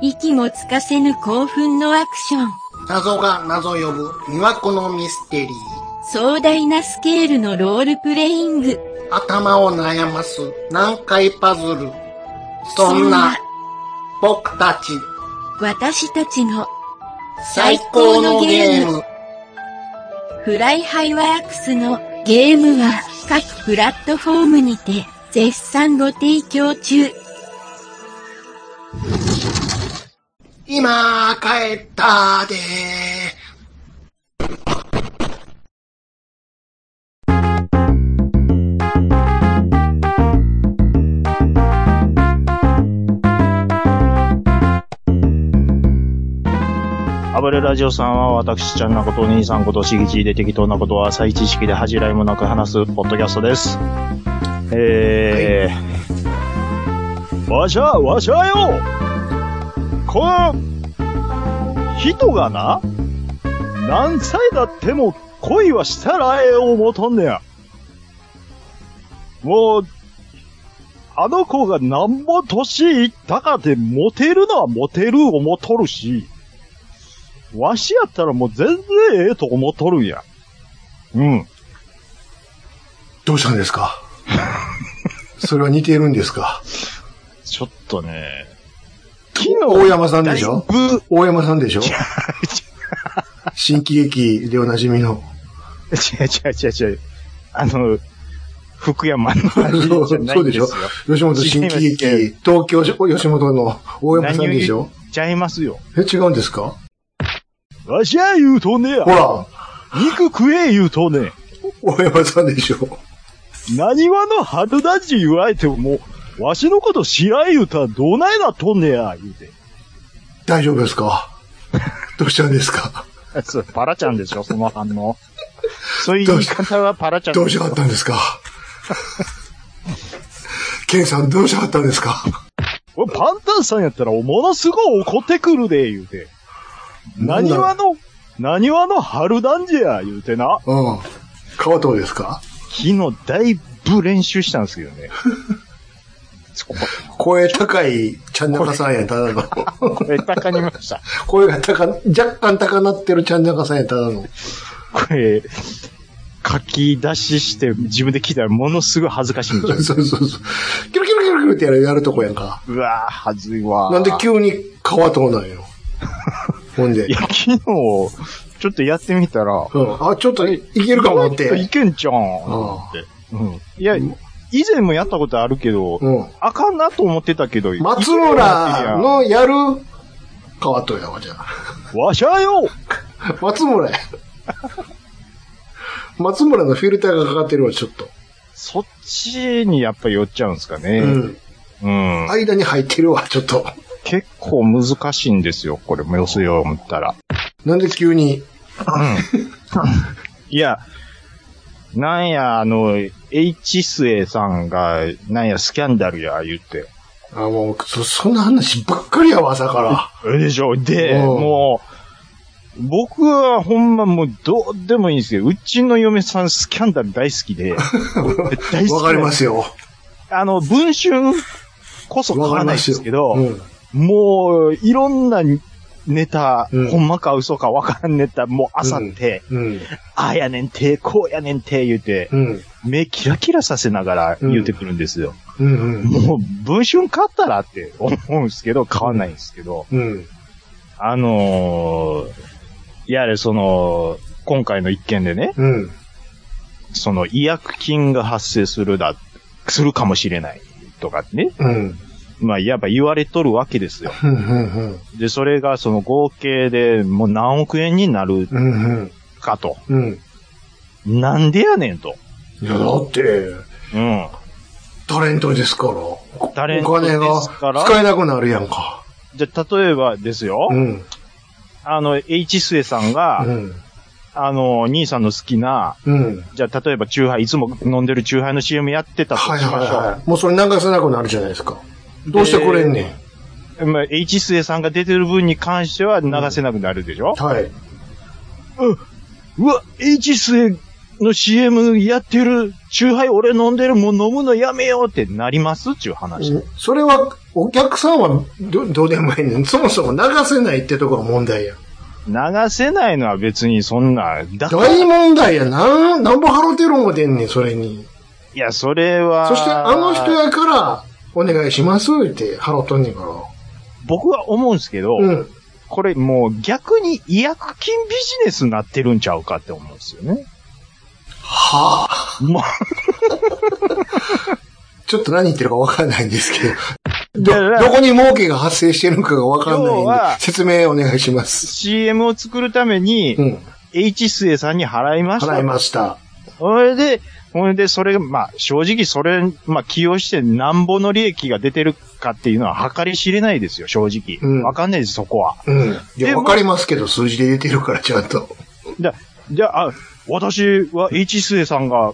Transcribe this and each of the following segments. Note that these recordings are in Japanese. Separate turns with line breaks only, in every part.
息もつかせぬ興奮のアクション。
謎が謎呼ぶ魅惑のミステリー。
壮大なスケールのロールプレイング。
頭を悩ます難解パズル。そんな、僕たち
私たちの
最高のゲーム。
フライハイワークスのゲームは各プラットフォームにて絶賛ご提供中。
今帰ったで
暴れラジオさんは私ちゃんなこと、兄さんこと、しぎちで適当なことは浅い知識で恥じらいもなく話すポッドキャストです。えー、わしゃ、わしゃよこん、人がな、何歳だっても恋はしたらええ思うとんねや。もう、あの子がなんぼ年いったかてモテるのはモテる思うとるし、わしやったらもう全然ええと思っとるんや。うん。
どうしたんですかそれは似てるんですか
ちょっとね、
大山さんでし
だい
ょ
ぶ、
大山さんでしょ新喜劇でおなじみの。
違う違う違う違う。あの、福山の話
そう
じゃないんですよ。
そう吉本新喜劇、東京吉本の大山さんでしょ
ちゃいますよ。
え、違うんですか
わしゃ言うとんねや
ほ。ら、
肉食え言うとんねん。
大山さんでしょ
何話の春だち言われてももう、わしのこと知らん言うたらどないなっとんねや、言うて。
大丈夫ですか どうしたんですか
そうパラちゃんでしょ、その反応。そういう言い方はパラちゃん
どう
で
し
しょ
はったんですか ケンさんどうしはったんですか
俺、パンタンさんやったら、ものすごい怒ってくるで、言うて。何話の、何話の春男児や、言うてな。
うん。川藤ですか
昨日、だいぶ練習したんですけどね。こ
声高いチャンナカさんや、ただの。
これ、高にました。
声が高、若干高なってるチャンナカさんや、ただの。
これ、書き出しして、自分で聞いたら、ものすごい恥ずかしいんです
そう
よ。
そうそう。キュルキュルキュルキュルってやるやるとこやんか。
うわぁ、恥ずいわ。
なんで急に川藤なんよ。ほんで
いや、。昨日、ちょっとやってみたら、
うん。あ、ちょっといいけるかもっ
い
て。
けんじゃん、って。うん。いや、以前もやったことあるけど、
うん。
あかんなと思ってたけど、
松
いける
村
ようになって
のやる川藤やわ、じゃあ。
るやんわしゃよ
松村 や。松村のフィルターがかかってるわ、ちょっと。
そっちにやっぱ寄っちゃうんですか
う
ね。
ん。
うん。
間に入ってるわ、ちょっと。
結構難しいんですよ、これ、寄せよう思ったら。
なんで急に。
いや、なんや、あの、H 末さんが、なんや、スキャンダルや、言って。
あ、もう、そ、そんな話ばっかりやわ、朝から。
えでしょで、
うん
もう、僕はほんまもうどうでもいいんですけど、うちの嫁さんスキャンダル大好き で、大。
わかりますすよ。
あの、文春こそ買わないんですけど、
うん。
もう、いろんなネタ、
うん
ほんまか嘘かわからんネタ、もうあさって、
うん。
ああやねんて、こうやねんて、言うて、
うん。
目キラキラさせながら言うてくるんですよ。
うん。
もう、文春買ったらって思うんですけど、買わないんですけど、
うん。
あのー、やれ、その、今回の一件でね、
うん。
その、違約金が発生するだ、するかもしれない、とかね、
うん。
まあ、いわば言われとるわけですよ。
うん。うん。
で、それがその合計でもう何億円になる
うん。
かと。
うん。
なんでやねんと。
いや、だって、
うん。
タレントですから。
タレン
お
トで
金が
すから。
使えなくなるやんか。
じゃ、例えばですよ。
うん。
あの、H 末さんが、
うん。
あの、兄さんの好きな、
うん。
じゃあ、例えば、チューハイ、いつも飲んでるチューハイの CM やってたとし
は
ま
い
しょう。
はいはい。もうそれ流せなくなるじゃないですか。どうしてくれんねん。
まあ、H 末さんが出てる分に関しては流せなくなるでしょ、
はい。
うわ、H 末の CM やってる、チューハイ俺飲んでる、もう飲むのやめようってなりますっていう話。
それはお客さんはどどうでもいいねん。そもそも流せないってとこが問題や。
流せないのは別にそんな、だから
大問題や。なん、なんぼ払うてる思てんねん、それに。
いや、それは。
そして、あの人やから、お願いしますって払っとんねんから。
僕は思うんですけど、
うん。
これもう逆に違約金ビジネスになってるんちゃうかって思うんですよね。
はあ。
まあ、
ちょっと何言ってるかわかんないんですけど。
だから
ど、どこに儲けが発生してるのかがわかんないん
要
で
は、
説明お願いします。
CM を作るために
う、ん。
H 末さんに払いました。
払いました。
それで、ほんで、それ、まあ、正直それ、まあ、起用してなんぼの利益が出てるかっていうのは計り知れないですよ、正直。
うん
わかんないです、そこは。
うん。い
で
や、
も
わかりますけど、数字で出てるから、ちゃんと。
じゃ、じゃあ、あ私は H 末さんが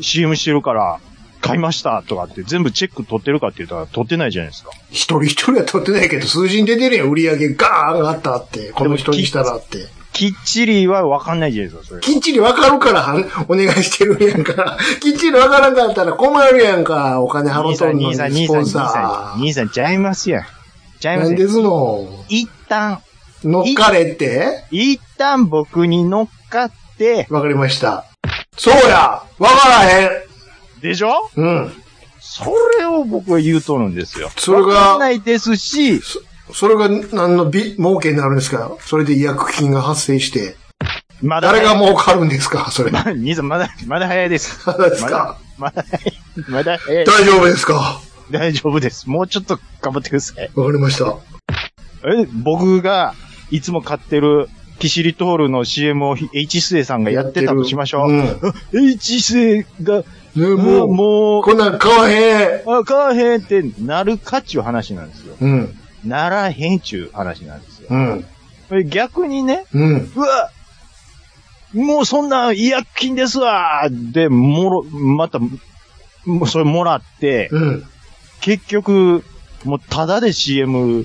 CM してるから、買いましたとかって全部チェック取ってるかって言ったら取ってないじゃないですか。
一人一人は取ってないけど、数字に出てるやん、売り上げガーン上がったって。この人にしたらって。
きっちりはわかんないじゃないですか、それ。
きっちりわかるからはん、お願いしてるやんか。きっちりわからんかったら困るやんか。お金払う
兄
と
さん、
んの
兄さん、
に、ス
兄さ
ポ
ん、
ン
兄さ
サ
ん、
ー。
兄さん、ちゃいますやん。ちゃいま
なん
すや
で
ん。
すの
一旦、
乗っかれて
一旦僕に乗っかって、
わかりました。そうやわからへん
でしょ
うん。
それを僕は言うとるんですよ。
それが
わかんないですし、
それが何のび儲けになるんですかそれで違約金が発生して。
まだ、
誰が儲かるんですかそれ。 大
う、兄さん、まだ、まだ早いです。
まだ ですか
まだ、まだ早い、まだ早い。
丈夫ですか
大丈夫です。もうちょっと頑張ってください。
わかりました。
え、僕が、いつも買ってる、キシリトールの CM を H スエさんがやってたとしましょう。
うん
うん H スエが、
ねも
もう、
う、
もう、
こんなん買わへん。
あかんへんってなるかっちゅう話なんですよ。
うん、
ならへんちゅう話なんですよ。
うん、
これ逆にね、
うん。
うわもうそんな違約金ですわで、もろ、また、もうそれもらって、
うん。
結局、もうただで CM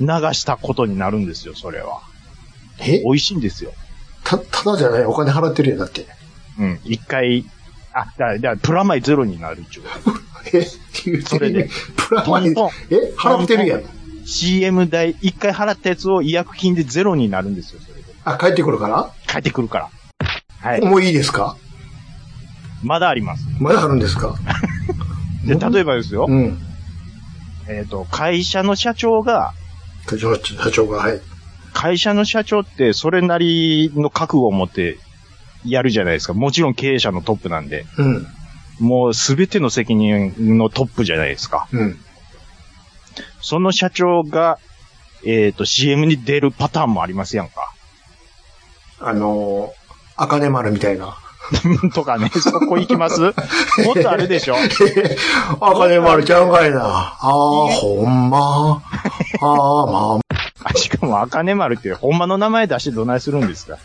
流したことになるんですよ、それは。
え
美味しいんですよ。
た、ただじゃないお金払ってるやんだって。
うん。一回、あ、だだからプラマイゼロになるっちゅうこ
えっていう
それで。
プラマイ
トントン、
え払ってるやん。
と CM 代、一回払ったやつを違約金でゼロになるんですよ、それで。
あ、帰ってくるから
帰ってくるから。はい。
もういいですか
まだあります。
まだあるんですか
で、例えばですよ
う。ん。
えっ、と、会社の社長が、
社長、社長が、はい。
会社の社長ってそれなりの覚悟を持ってやるじゃないですか。もちろん経営者のトップなんで。
うん、
もうすべての責任のトップじゃないですか。
うん。
その社長が、えっ、と、CM に出るパターンもありますやんか。
あのー、あかね丸みたい な。
とかね、そこ行き ますもっとあるでしょ
あかね丸ちゃうんかいな。あー、ほんま。あー、まあ、
あしかも、あかね丸って、ほんまの名前出してどないするんです か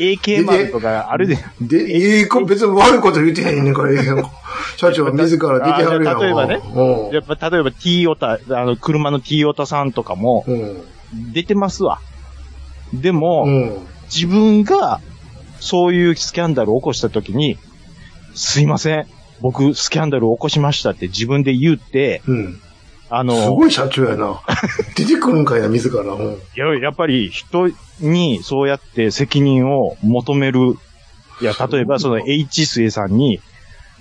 ?AK 丸とか、あるで、
で、ええこ別に悪いこと言ってへんねんから、ええやん 社長自ら出てはるやん。
あじゃあ例えばね
うん
やっぱ、例えば T オタ、あの、車の T オタさんとかも、
うん。
出てますわ。でも、
うん。
自分が、そういうスキャンダルを起こした時に、すいません、僕、スキャンダルを起こしましたって自分で言って、
うん。
あの、
すごい社長や な。出てくるんかいな、自ら。うん。
いや、やっぱり人にそうやって責任を求める。いや、例えばその H 末さんに、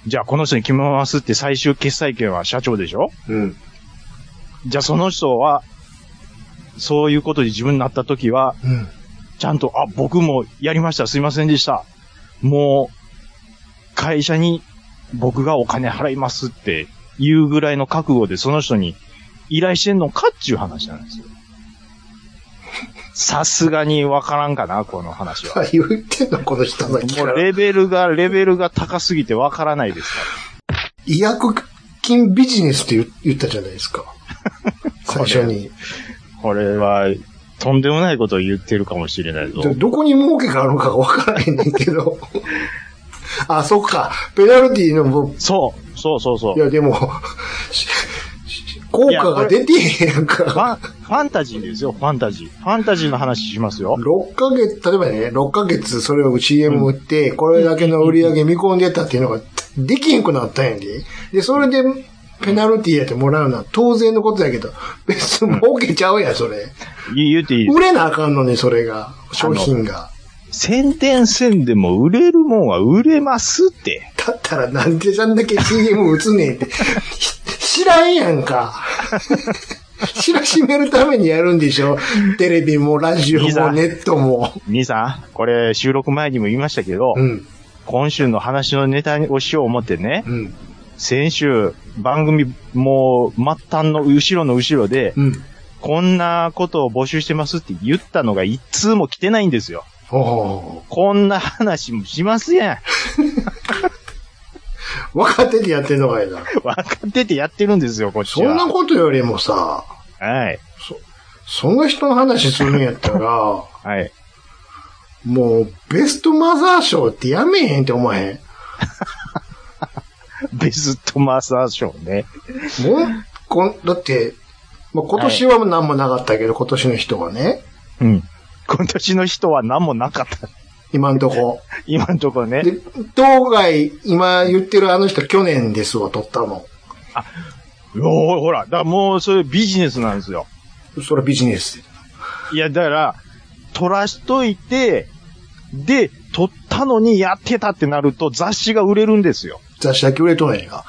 じゃあこの人に決めますって最終決裁権は社長でしょ
うん。
じゃあその人は、そういうことで自分になった時は、
うん。
ちゃんと、あ、僕もやりました。すいませんでした。もう、会社に僕がお金払いますっていうぐらいの覚悟でその人に依頼してんのかっていう話なんですよ。さすがにわからんかな、この話は。
あ、言ってんの、この人さっき
も
か
う
ら
レベルが、レベルが高すぎてわからないですから。
違約金ビジネスって言言ったじゃないです か。最初に。
これは、とんでもないことを言ってるかもしれないぞ。
どどこに儲けがあるのかがわからへんねんけど。 あ、そっか。ペナルティのも
そう、そうそうそ。
いうや、でも、しし効果が出てへんやん
フ
か。
ァン、ファンタジーですよ、ファンタジー。ファンタジーの話しますよ。
6ヶ月、例えばね、6ヶ月それを CM 売って、これだけの売り上げ見込んでたっていうのができへんくなったんやで。で、それで、ペナルティーやってもらうのは当然のことやけど、 別に儲けちゃうやん、それ。
言言っていい
売れなあかんのに、それが。商品が。
宣伝せんでも売れるもんは売れますって。
だったらなんでじゃんだけ CM 打つねんって。 知らんやんか。 知らしめるためにやるんでしょ。テレビもラジオ
いいな
もネットも。
兄さん、これ収録前にも言いましたけど、
うん、
今週の話のネタをしよう思ってね、
うん、
先週番組もう末端の後ろの後ろで、
うん。
こんなことを募集してますって言ったのが一通も来てないんですよ。
ほうほうほ
こんな話もしますやん。
う若手でやってんのかいな。
分かっててやってるんですよ、こっち
そん
は。
なことよりもさ、
はい。
そんな人の話するんやったら、
はい。
もう、ベストマザー賞ってやめへんって思わへん。
ベストマザー賞ね。
もう、こんだって、まあ、今年は何もなかったけど、今年の人はね、
うん。今年の人は何もなかった。
今んとこ。
今のところね。
で、当該、今言ってるあの人去年ですわ、取ったの。
おーほら、だからもうそれビジネスなんですよ。
それはビジネス。
いや、だから、取らしといて、で、取ったのにやってたってなると雑誌が売れるんですよ。
雑誌だけ売れとんやんか。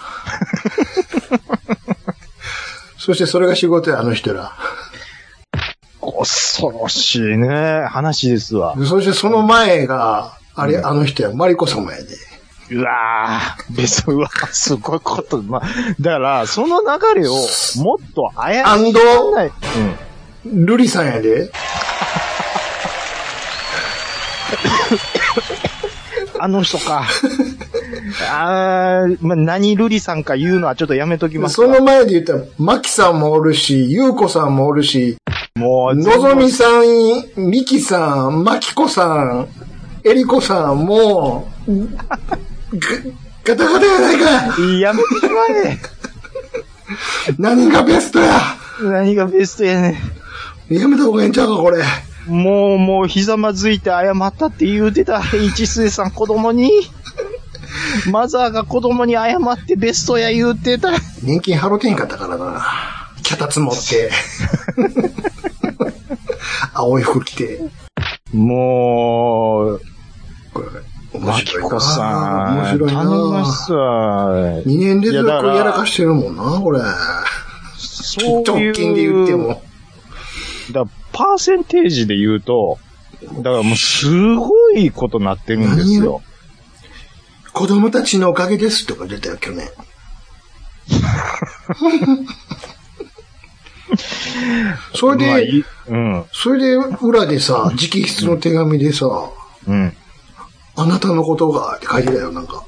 そしてそれが仕事や、あの人ら。
恐ろしいね、話ですわ。
でそしてその前が、あれ、あの人や、マリコ様やで。
うわぁ、別に、うわぁ、すごいこと。まあ、だから、その流れを、もっと怪し
アンド、
くない。
ルリさんやで。
うん。あの人か。 あー、まあ、何ルリさんか言うのはちょっとやめときますか
その前で言ったら、マキさんもおるし、ユウコさんもおるし、
もう、
のぞみさん、みきさん、まきこさん、えりこさん、もう、ガガタガタやないか
やめてしまえ。
何がベストや
何がベストやねん。
やめた方がええんちゃうか、これ。
もう、もう、ひざまずいて謝ったって言うてた。一水さん子供に。マザーが子供に謝ってベストや言うてた。
年金払ってへんかったからな。脚立持って。青い服着て。
もう、
これ、面
マキ
白いな。
コさん。
面白いな。
頼みますわ。
2年連続
いやだから
やらかしてるもんな、これ。
そういう。
直近で言って。も。
だパーセンテージで言うと、だからもうすごいことなってるんですよ。
子供たちのおかげですとか出たよ、去 年。それ
まあ
で、
いうん。
それで裏でさ、直筆の手紙でさ、
うん。
あなたのことがって書いてたよ、なん か。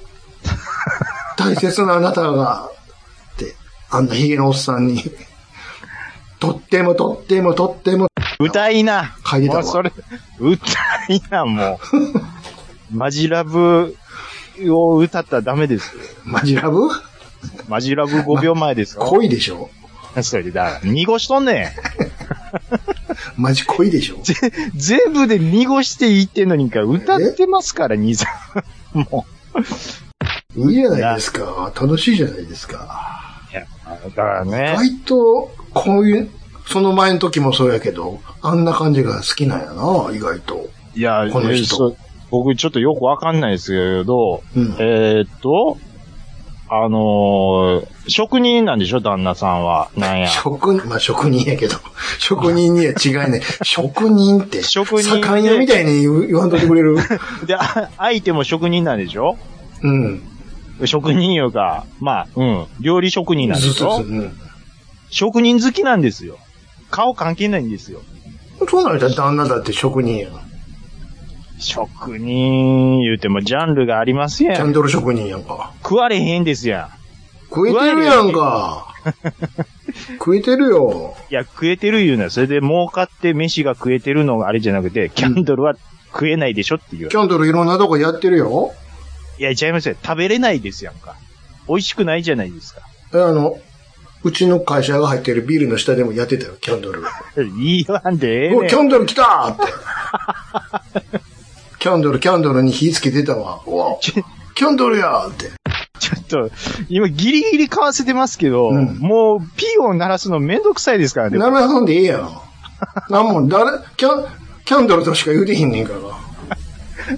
大切なあなたが、って、あんなヒゲのおっさんに、とってもとってもとっても、
歌いな。
書いてた
も
わ
うそれ、歌いな、もう。マジラブを歌ったらダメですよ。
マジラブ
マジラブ5秒 前ですよ。
恋でしょ
それで、だから、濁しとんねん。
マジ恋 でしょ
全部で濁して言ってんのにか、歌ってますから、兄さん。も
いいじゃないですか。楽しいじゃないですか。
う。いや、だからね。
割と、こういう、その前の時もそうやけど、あんな感じが好きなんやな、意外と。
いや、
この人
えーそう僕ちょっとよくわかんないですけど、
うん
えーっと、あのー職人なんでしょ旦那さんは。 なんや。
職人、まあ職人やけど、 職人には違い ない。職人って、
職人で
盛ん屋みたいに言う言わんといてくれ る。
で、あ相手も職人なんでしょ
うん。
職人いうか、まあ、うん、料理職人なんで
そう
し
そうそ
ょ
う。うん
職人好きなんですよ。顔関係ないんですよ。
そうなると旦那だって職人やん。
職人言うてもジャンルがあります
キ
や
ャ
ん。
ンドル職人やんか。
食われへんですや
食えてるやんか。食えてるよ。
ん。いや、食えてる言うな。それで儲かって飯が食えてるのがあれじゃなくて、キャンドルは食えないでしょっていう。
キャンドルいろんなとこやってるよ。
いや、ちゃいますよ。食べれないですやんか。美味しくないじゃないですか。
あの、うちの会社が入ってるビルの下でもやってたよ、キャンドル。
言わんでええ
おい
ねん
キャンドル来たーって。 キャンドル、キャンドルに火つけてたわ。おいキャンドルやーって。
ちちょっと、今ギリギリ買わせてますけど、
うん
もうピーを鳴らすのめんどくさいですからね。
ならさんでええやろ。なんも、誰、キャン、キャンドルとしか言うてへんねんから。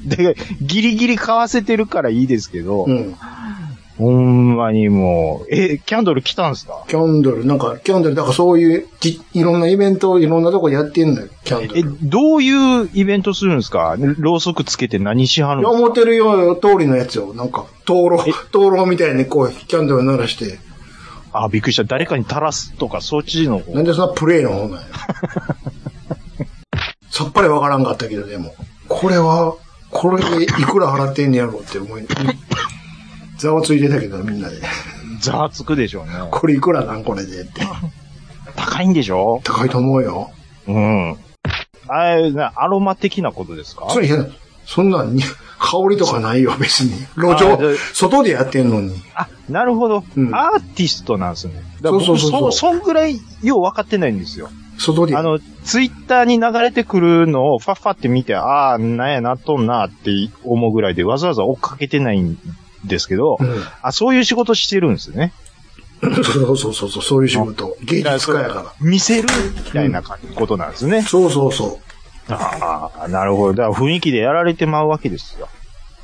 で、ギリギリ買わせてるからいいですけど、
うん。
ほんまにもう、え、キャンドル来たんすか
キャンドル、なんか、キャンドル、だからそういう、じいろんなイベントをいろんなとこやってんだよ、キャンドル。
え、
い
どういうイベントするんですかろうそくつけて何しはるん
や、
ですか
思ってるよ、通りのやつよ。なんか、灯籠、灯籠みたいにこう、キャンドル鳴らして。
あ、びっくりした。誰かに垂らすとか、そっちの方
なんでそんなプレイの方な んや。さっぱりわからんかったけど、でも。これは、これでいくら払ってんねやろうって思い、ざわついてたけど、みんなで。
ざわつくでしょうね。
これいくらなんこれでって。
高いんでしょ
高いと思うよ。
うん。あれな、アロマ的なことですか
それいやそんなんに、香りとかないよ、別に。路
あ
上
で、
外でやってんのに。
あ、なるほど、
うん
アーティストなんですね。だから僕
そうそうそうそう
そんぐらいよう分かってないんですよ。
外で。
あの、ツイッターに流れてくるのをファッファって見て、ああ、なんやなっとんなって思うぐらいでわざわざ追っかけてないんですけど、
うん。
あ、そういう仕事してるんですね。
そうそうそうそう、そういう仕事。芸術家やから。
見せるみたいなかことなんですね。
そうそうそう。
ああ、なるほど。だから雰囲気でやられてまうわけですよ。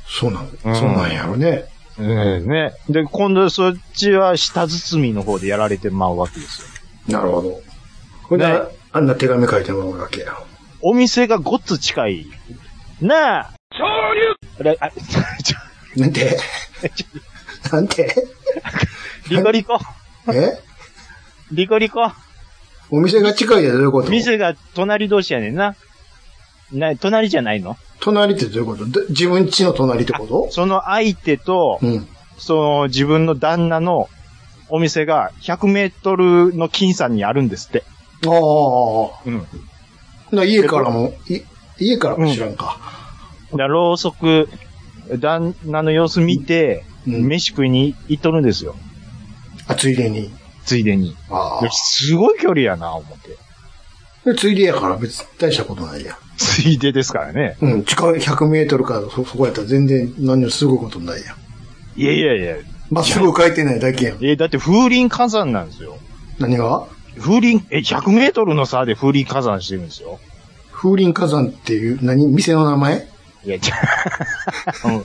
そうなん、
うん
そうなんやろね。
ねね。で、今度そっちは下包みの方でやられてまうわけですよ。
なるほど。ほんで、
ね
あんな手紙書いてもらうわけや。
お店がごっつ近い。なあ恐竜あ、ちょ、
なん てなんて
リコ リコ、
え
リコリコ。
お店が近いでどういうこと
店が隣同士やねんな。な、隣じゃないの
隣ってどういうことで自分家の隣ってこと
その相手と、
うん。
その自分の旦那のお店が100メートルの金山にあるんですって。
ああああ、
うん。
な家からも、い家からも知らんか。
だろうそく、旦那の様子見て、
うん
飯食いに行っとるんですよ。
あ、ついでに。
ついでに。
ああ。
すごい距離やな、思って。
でついでやから別に大したことないや。
ついでですからね。
うん、近い100メートルからそ、そこやったら全然何もすごいことないや。
いやいやいや。
まっすぐ書いてないだけやん。
え、だって風林火山なんですよ。
何が
風林、え、100メートルの差で風林火山してるんですよ。
風林火山っていう、何店の名前
いや、じゃあ、 うん。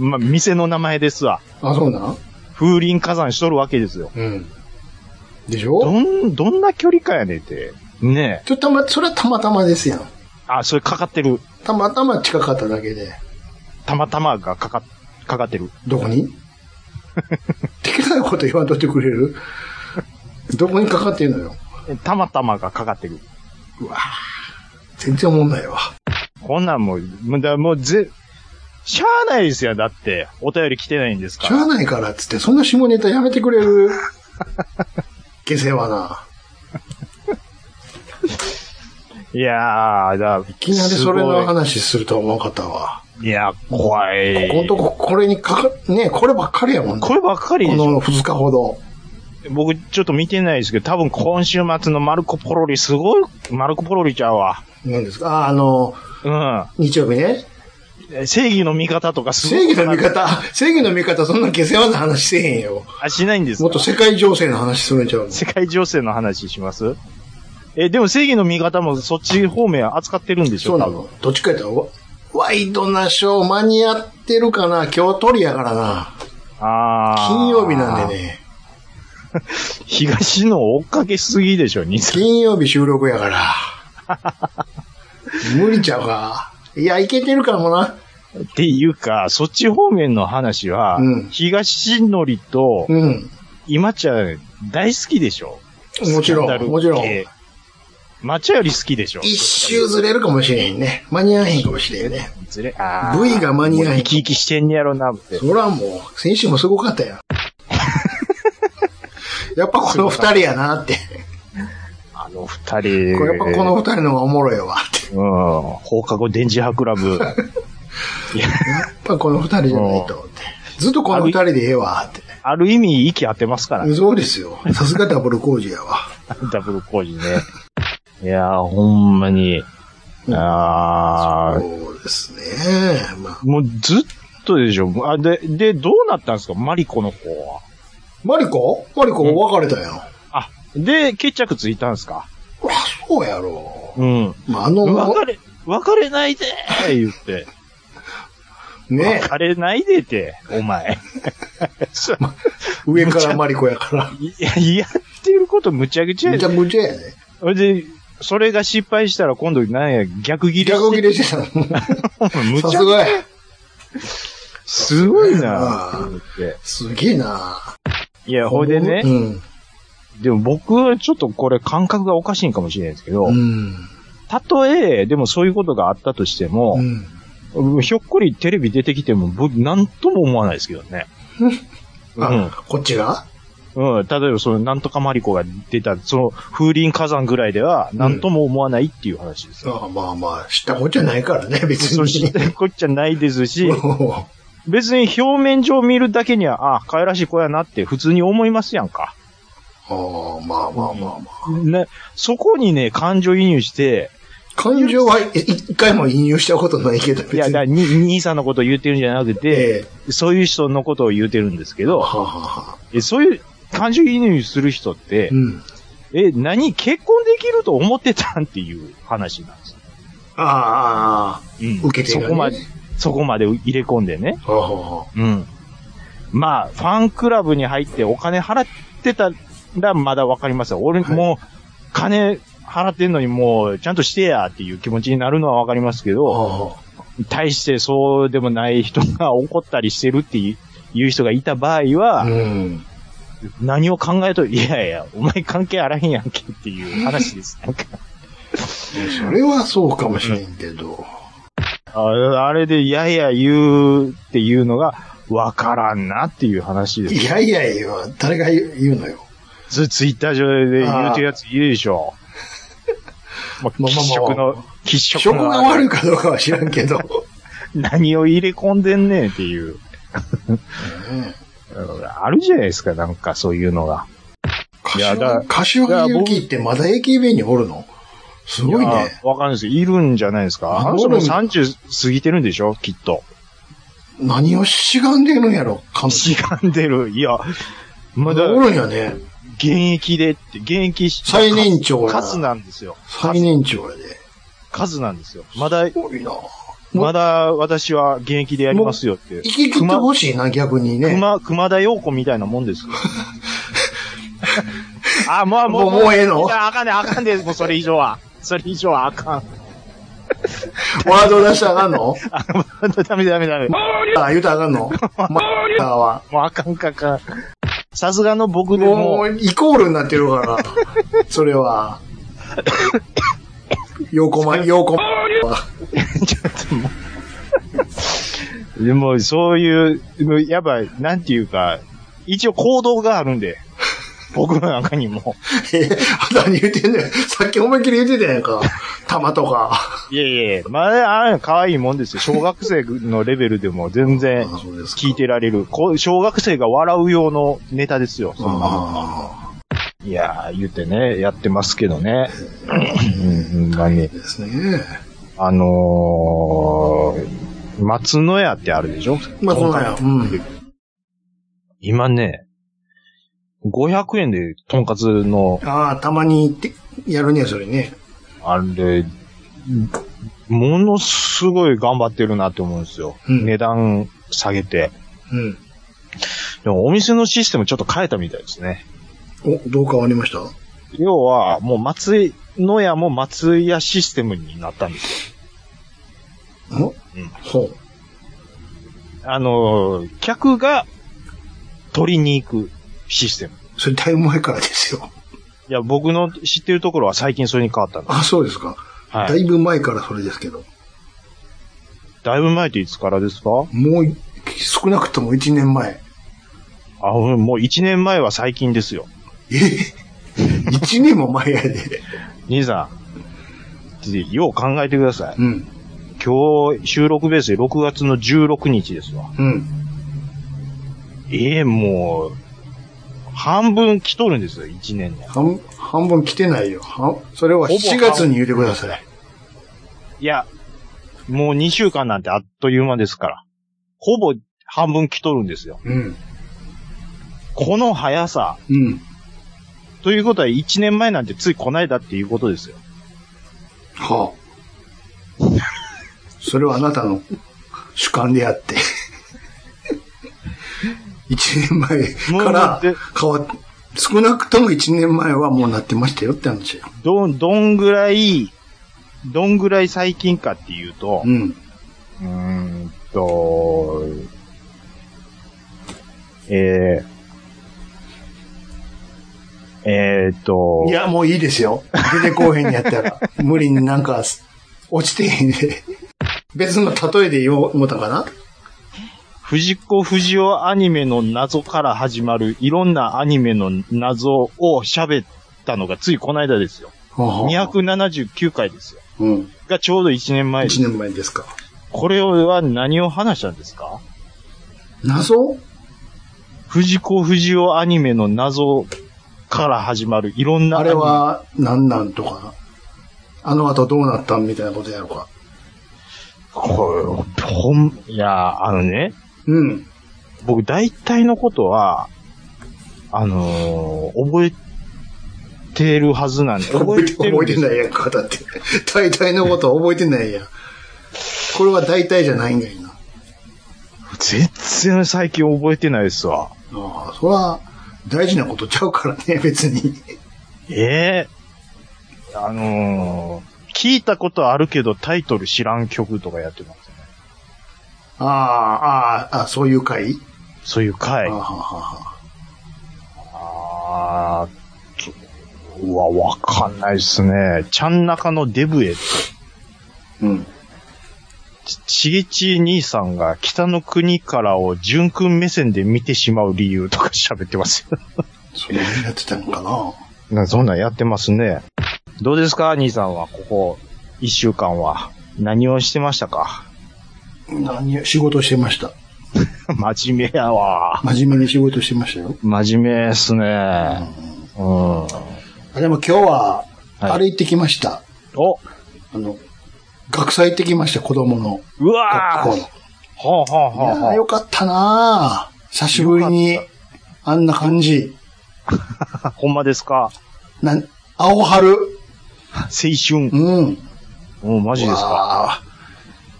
まあ、店の名前ですわ。
あ、そうなん
風林火山しとるわけですよ。
うん。でし
ど
ょ
ん、どんな距離かやねんて。ねえ。
ちょ、たま、それはたまたまですやん。
あ、それかかってる。
たまたま近かっただけで。
たまたまがかか、かかってる。
どこ に適当なこと言わんとってくれるどこにかかってんのよ。
たまたまがかかってる。
全然思んないわ。
こんなんもう、もうだもうぜ、しゃあないですよ。だって、お便り来てないんですか
しゃ
ら。
あないからっつって、そんな下ネタやめてくれる下世話な。
いやー、だい
いきなりそれの話するとは思わんかったわ。
いや、怖い。
ここのとこ、これにかか、ねこればっかりやもんね。
こればっかりで
こ
しょ。
の2日ほど。
僕、ちょっと見てないですけど、多分今週末のマルコ・ポロリ、すごい、マルコ・ポロリちゃうわ。
何ですかあ、あの、
う
日曜日ね。
ん。正義の味方とかすごい
正義の味方、正義の味方、そんな下世話な話せへんよ。
あ、しないんです
もっ
か
と世界情勢の話するんちゃうの
世界情勢の話しますえ、でも正義の味方もそっち方面扱ってるんでし
そ
ょ
うな
多分。
の。どっちかやったらワ、ワイドなショー間に合ってるかな今日取りやからな。
あー
金曜日なんで。ね。
東の追っかけすぎでしょ、兄さん
金曜日収録やから。 無理ちゃうか。いや、いけてるかもな。
っていうか、そっち方面の話は、
うん
東のりと、
うん。
今ちゃん大好きでしょ
もちろんもちろん。
抹茶より好きでしょ
一周ずれるかもしれへんね。間に合わへんかもしれんね。
ずれ、あー
V が間に合わへん
もう生き生きしてんねやろな、って。
そらもう、先週もすごかった よ。やっぱこの二人やなって。
あの二人。
これやっぱこの二人の方がおもろいわって。
うん。放課後電磁波クラ ブ。
やっぱこの二人じゃないとって。ずっとこの二人でええわって。
ある意味、息合ってますからね。
そうですよ。さすがダブル工事やわ。
ダブル工事ね。いやー、ほんまに。あー
そうですね。まあ、
もうずっとでしょ。あ、で、で、どうなったんですかマリコの方は。
マリコマリコ別れたやん。あ、
あ、で、決着ついたんですか
そうやろ。
うん。
まあ、あの、
別れ、別れないでー言って。
ね、
別れないでて、お 前。そう
上からマリコやから。
いや、やってることむちゃくちゃ
む
や
ちゃむちゃやね。
それで、それが失敗したら今度なんや、逆ギレ
逆切
して。
れしてた
む
さ
ち
す
ゃ
がや。
すごいな
あ
ぁと思って。
すげえな。
いや、ほいでね
う、ん。
でも僕はちょっとこれ感覚がおかしいんかもしれないですけど
う、ん。
たとえ、でもそういうことがあったとして
う
も、
ん。
ひょっこりテレビ出てきても、僕、なんとも思わないですけど ね。うん
あ、こっちが
うん、例えば、その、なんとかマリコが出た、その、風林火山ぐらいでは、なんとも思わないっていう話ですよ。
あまあまあ、知ったこっちゃないから ね、別
そし
に。
て、こっちゃないです し、
うん
別に表面上見るだけには、あ、可愛らしい子やなって普通に思いますやんか。
ああ、まあまあまあまあ。
ね、そこにね、感情移入して、
感情はい一回も引用したことないけど、別
い
に。
や、だからに兄さんのことを言ってるんじゃなくて、
え
そういう人のことを言ってるんですけ
えは
ど、
あ、はあはあ、
えそういう感情移入する人って
う、ん。
え、何結婚できると思ってたんっていう話なんですよ。
ああああ、
うん
受け手
そ
がね
こまで、そこまで入れ込んでね。
はあはあはあ。
うん。まあ、ファンクラブに入ってお金払ってたらまだわかりますよ。俺、
はい
もう、金払ってんのにもう、ちゃんとしてやっていう気持ちになるのはわかりますけど、
ああ
対してそうでもない人が怒ったりしてるっていう、いう人がいた場合は、
うん。
何を考えと、いやいや、お前関係あらへんやんけっていう話です。なんか
それはそうかもしれんけど。
ああれで、いやいや言うっていうのが、わからんなっていう話です
い。やいやいや、誰が言う言うのよ。
ツツイッター上で言うてるやついるでし ょ。まあ、
まあまあまあ
喫食の、喫食
食
の。
が悪いかどうかは知らんけど。
何を入れ込んでんねんっていう。
うん
あるじゃないですか、なんかそういうのが。いやだ
柏柏木由紀ってまだ AKB におるのすごい
や
ね。
わかんないですいるんじゃないですか。あの人も30過ぎてるんでしょきっと。
何をしがんでるんやろ、彼女。
違んでる。いや、まだ
おるんやね。
現役でって、現役し
最年長や。
数なんですよ。
最年長やで。
数なんですよ。まだ
す、ごいな。
まだ私は現役でやりますよっ
生
て。
き切ってほしいな、逆にね。
熊、熊田陽子みたいなも んですよ。あ、もう、もう、
もうもうええの
いやあかんねん、あかんねん、もうそれ以上は。それ以上はあかん。
ワード出したらあかんの
あの、ほんとダメダメダメ。も
あ、言うたらあかん のマッターは。
うあかんかあかん。さすがの僕で
も
も、
う、イコールになってるから。 それは。横ま、横ま。
ちょっともう。でも、そういう、もうやっぱ、なんていうか、一応行動があるんで。僕の中にも。
え、何言ってんねん。さっき思いっきり言ってたやんか。玉とか。
いやいやいやまあ、あれ、可愛いもんですよ。小学生のレベルでも全然
あそうですか
聞いてられる。こう小学生が笑う用のネタですよ。そんなの
あ
いやー、言ってね、やってますけどね。うん、ほんまに
あ。。ですね。
あのー、松の屋ってあるでしょ
まあ、そんなんや。うん。
今ね、500円で、とんかつの、
ああ、たまにって、やるね、それね。
あれ、ものすごい頑張ってるなって思うんですよ。
うん
値段下げて。
うん。
でもお店のシステムちょっと変えたみたいですね。
お、どう変わりました
要は、もう松野屋も松屋システムになったんですよ。
んうん。そう。
あのー、客が取りに行くシステム。
それだいぶ前からですよ。
いや、僕の知ってるところは最近それに変わったんだ。
あ、そうですか。
は
だ
い。
いぶ前からそれですけど。
だいぶ前っていつからですか
もう、少なくとも1年前。
あ、うんもう1年前は最近ですよ。
え ?1 年も前やで。
兄さん、よう考えてください。
うん。
今日、収録ベースで6月の16日ですわ。
うん。
ええもう、半分来とるんですよ、1年で。
半、半分来てないよ。はそれは
ほぼ
7月に言ってください。
いや、もう2週間なんてあっという間ですから。ほぼ半分来とるんですよ。
うん。
この速さ。
うん。
ということは1年前なんてついこないだっていうことですよ。
はあ。それはあ なたの主観であって。 一年前か
も
ら
うだって
変わっ少なくとも一年前はもうなってましたよって話よ。
どん、どんぐらい、どんぐらい最近かっていうと
う、ん。
うーんと、えー、えー、と
い、や、もういいですよ。出てこうへんにやったら。 無理になんか落ちてへんで。別の例えで言おう思ったかな
藤子不二雄アニメの謎から始まるいろんなアニメの謎を喋ったのがついこの間ですよ。
200。
279回ですよ。
うん。
がちょうど1年前です
1年前ですか。
これは何を話したんですか
謎
藤子不二雄アニメの謎から始まるいろんな
あ
アニメ
れは何なんとか。あの後どうなったんみたいなことやろうか。
これほん、いや、あのね、
うん。
僕大体のことは、あのー覚えてるはずなんで、
覚えて
るん
覚えて
ですよ
ないやんか、だって。 大体のことは覚えてないやん。これは大体じゃないんがいな。
全然最近覚えてないですわ。
ああ、それは大事なことちゃうからね、別に。
ええあのー聞いたことあるけどタイトル知らん曲とかやってますね。
ああ、ああ、あそういう回、
そういう回
ああ。はは
あーちょうわ、わかんないっすね。ちゃん中のデブエ、
うん。
ちちげち兄さんが北の国からを純君目線で見てしまう理由とか喋ってますよ。
そんなにやってたのかな。
なそんなんやってますね。どうですか兄さんは、ここ、一週間は。何をしてましたか
何、仕事してました。
真面目やわ。
真面目に仕事してましたよ。
真面目っすね。うん。
あ、でも今日は、
はい
あれ行ってきました。
お
あの、学祭行ってきました、子供の
うわ
学校の
ー。ほうほうほう
いや
ほ
ー
う
よかったなー久しぶりに、あんな感じ。
あほんまですか
なん、青春。
青春。
うん。
うん、マジですか
わ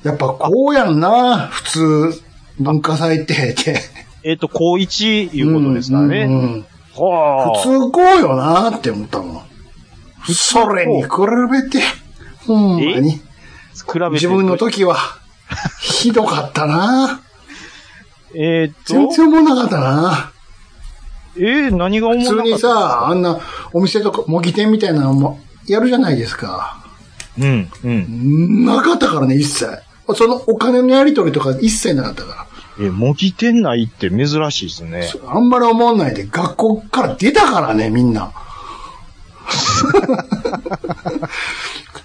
ーやっぱこうやんな普通、文化祭って、って。
えっ、と、高一いうことですからね。
うんうんうん
はあ。
普通こうよなって思ったもん。それに比べて、ほんまに。
比べて。
自分の。時は、ひどかったな
えっ、
全
と、
然思わなかったな
えー何が思う
普通に、さ、あんなお店とか模擬店みたいなのもやるじゃないですか。
うん、うん。
なかったからね、一切。そのお金のやり取りとか一切なかったか
えー、模擬店内って珍しいですね。
ら。あんまり思わないで、学校から出たからね、みんな。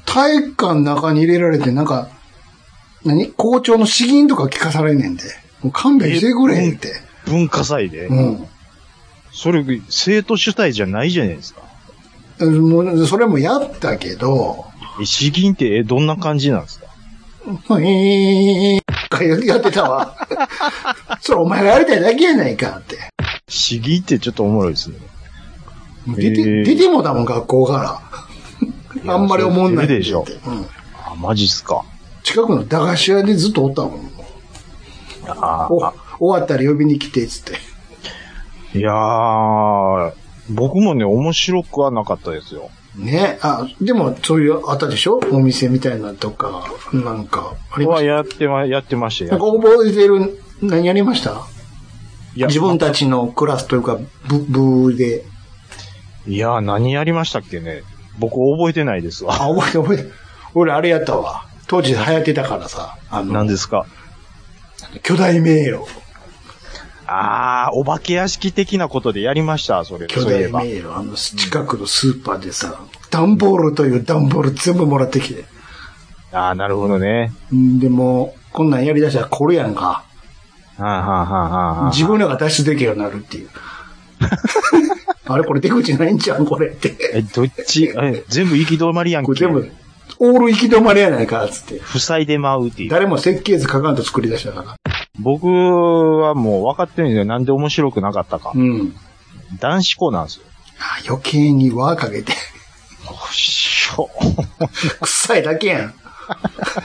体育館の中に入れられて、なんか、何校長の詩吟とか聞かされんねんで。もう勘弁してくれって。
文化祭で。
うん。
それ、生徒主体じゃないじゃないですか。
もうそれもやったけど、
え、詩吟って、えーどんな感じなんですか
ふいーんとかやってたわ。それお前がやりたいだけやないかって。
詩吟ってちょっとおもろいですね。
もう出
えー
て、出てもだもん、学校から。あんまり思んないって言って
出
うん
あ、マジっすか。
近くの駄菓子屋でずっとおったもん。
あ
お
あ。
終わったら呼びに来て、つって。
いやー、僕もね、面白くはなかったですよ。
ねあ、でも、そういう、あったでしょお店みたいなとか、なんか、ありま
は
し
やってま、やってました
た。
よ
なん。か覚えてる、何やりました
いや
自分たちのクラスというか、部、部で。
いやー、何やりましたっけね。僕覚えてないですわ。
あ、覚えてる覚えてる。俺、あれやったわ。当時流行ってたからさ、あ
何
の、
ですか
巨大迷路。
あー、お化け屋敷的なことでやりました、それ。
巨
そういえ
大
ば。
迷路、あの、近くのスーパーでさ、段ボールという段ボール全部もらってきて。
あー、なるほどね。
んでも、こんなんやりだしたらこれやんか。
はあ、はあはあはあ、
自分らが脱出できるようになるっ ていう。あれこれ出口ないんじゃんこれって。
え、どっち、え、全部行き止まりやん
こ
け。
れ全部、オール行き止まりやないか、つって。
塞いでまうっていう。
誰も設計図書かんと作り出したから。
僕はもう分かってるんですよ。なんで面白くなかったか。
うん。
男子校なんですよ。
あ余計に輪かけて、
しょ。
臭いだけやん。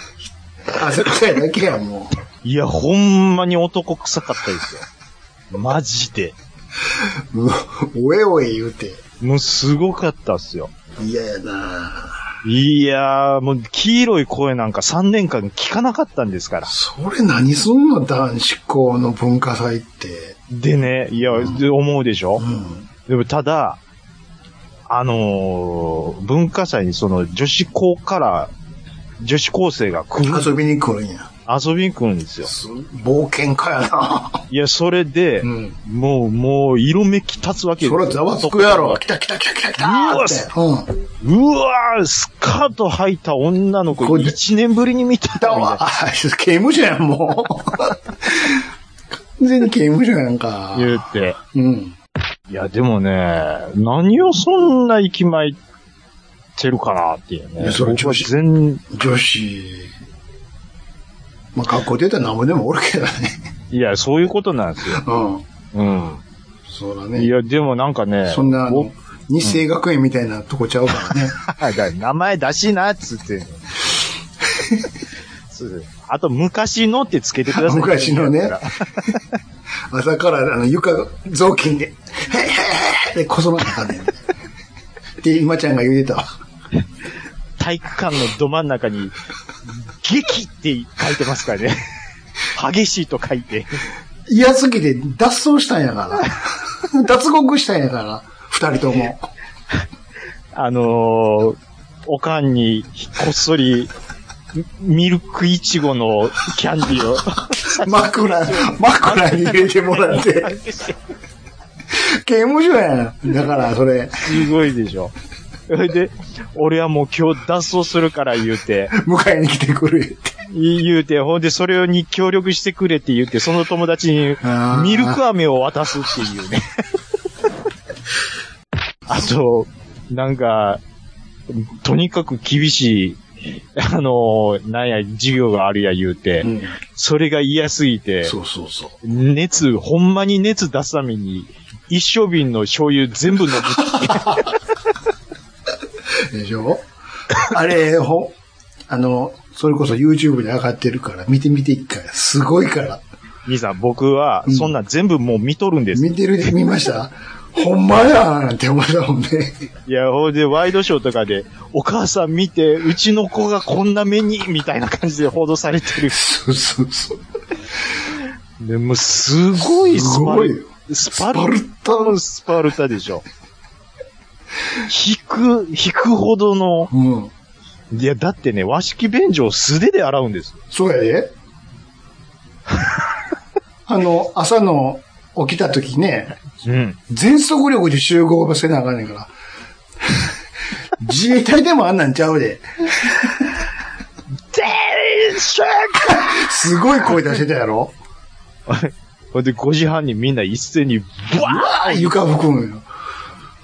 汗臭いだけやん、も
いや、ほんまに男臭かったです よ。マジで。
う。うおえおえ言うて。
もうすごかったっすよ。
嫌やない
やー、もう黄色い声なんか3年間聞かなかったんですから。
それ何すんの男子校の文化祭って。
でね、いや、で思うでしょ
うん。
でもただ、あのー文化祭にその女子校から女子高生が来る、
遊びに来るんや。
遊びに来るんですよ。
す冒険家や な。
いや、それで、
うん。
もう、もう、色めき立つわけ
それざわつくやろ。来た来た来た来た来たーって。うん。
うわー、スカート履いた女の子、
これ
1年ぶりに見
だ
たみたい
わ。
な
あ刑務所やん、もう。 完全に刑務所やんか。
言うて。
うん。
いや、でもね、何をそんな息巻いてるかなっていう
い
ね。
やそれ
僕
女
は
子
全、
女子。まあ、学校出たら何もでもおるけどね。
いや、そういうことなんですよ。
うん。
うん。
そうだ
い
ね。
や、でもなんかね、
そんな、あ
僕
の、日生学園みたいなとこちゃうからね。
はいだから名前出しな、っ つって。そうあと、昔のってつけてください。
昔のね朝から、あの、床が、雑巾で、はいはいはいはいで、こそばなあかん ねん。で、今ちゃんが言うてたわ。
体育館のど真ん中に、激って書いてますからね。激しいと書いて。
嫌すぎて脱走したんやから。脱獄したんやから、二人とも。
あのー、おかんに、こっそり、ミルクイチゴのキャンディーを。
枕、枕に入れてもらって。刑務所やん。だから、それ、
すごいでしょ。それで、俺はもう今日脱走するから言うて、
迎えに来てくるって。
言うて、ほんでそれに協力してくれって言って、その友達に
あー
ミルク飴を渡すっていうね。 あと、なんか、とにかく厳しい、あの、なんや、授業があるや言うて、
うん。
それが嫌すぎて、
そうそうそう。
熱、ほんまに熱出すために、一升瓶の醤油 全部飲む。
でしょあれ、ほ、あの、それこそ YouTube で上がってるから、見てみて一回。すごいから。
兄さん、僕は、そんなん全部もう見とるんです。
見てる、見ましたほんまやんって思ったもんね。
いや、ほんで、ワイドショーとかで、お母さん見て、うちの子がこんな目に、みたいな感じで報道されてる。
そうそうそう。
でも、すごいスパル
す
ス
パ
パ
ル
ル
タ
タ
の、
のスパルタでしょ。引く、引くほどの、
うん。
いや、だってね、和式便所を素手で洗うんです。
そうやで。 あの、朝の起きた時ね、
うん。
全速力で集合せなあかんねんから。自衛隊でもあんなんちゃうで。
でしょ
すごい声出してたやろ
ほんで、5時半にみんな一斉に、ブワ
ああ、床拭くんよ。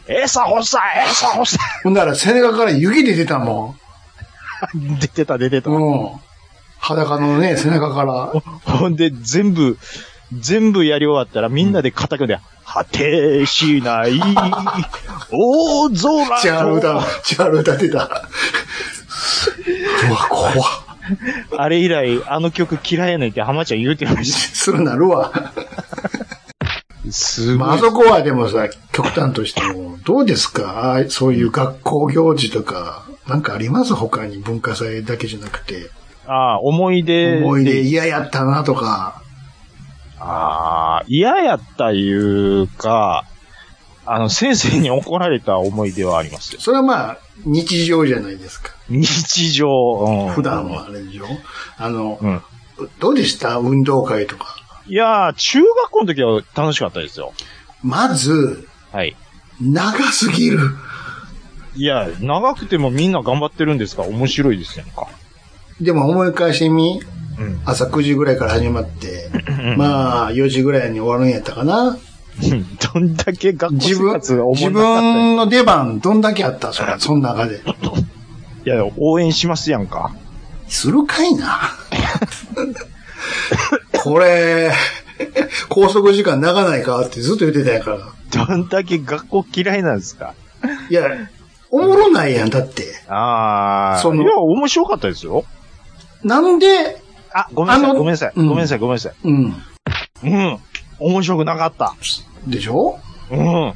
ー餌欲しい餌欲しい
ほんなら背中から湯気出てたも
出てた、出て
ん。
た。
うん。裸のね、背中から。
ほんで、全部、全部やり終わったらみんなで固くで、果てしない、大
違
空
う歌、違う歌ってた。うわ、怖っ。
あれ以来、あの曲嫌いやねんって浜ちゃん言うてまし
するなるわ。
た。す
まあ、あ
ごい。
そこはでもさ、極端としても、どうですかああそういう学校行事とか、なんかあります他に文化祭だけじゃなくて。
ああ、思い出。
思い出嫌やったなとか。
ああ、嫌やったいうか、あの、先生に怒られた思い出はありますよ。
それはまあ、日常じゃないですか。
日常。うん
普段はあれでしょあの、
うん。
どうでした運動会とか。
いやー、中学校の時は楽しかったですよ。
まず、
はい。
長すぎる。
いや、長くてもみんな頑張ってるんですから面白いですやんか。
でも思い返してみ、
うん。
朝9時ぐらいから始まっ て、まあ4時ぐらいに終わるんやったかな。
どんだけ学校
自
生
分、
活が
自
思んなかったんや
分の出番どんだけあったそら、その中で。
いや、応援しますやんか。
するかいな。 これ、拘束時間長ないかってずっと言ってたんやから。
どんだけ学校嫌いなんですか
いや、おもろないやん、だって。
ああ。
その
いや、面白かったですよ。
なんで、
あ、ごめんな
あ
さい、
の
ごめんなさい、
うん
ごめんなさい、ごめんなさい。
うん。
うん。面白くなかった。
でしょ
うん。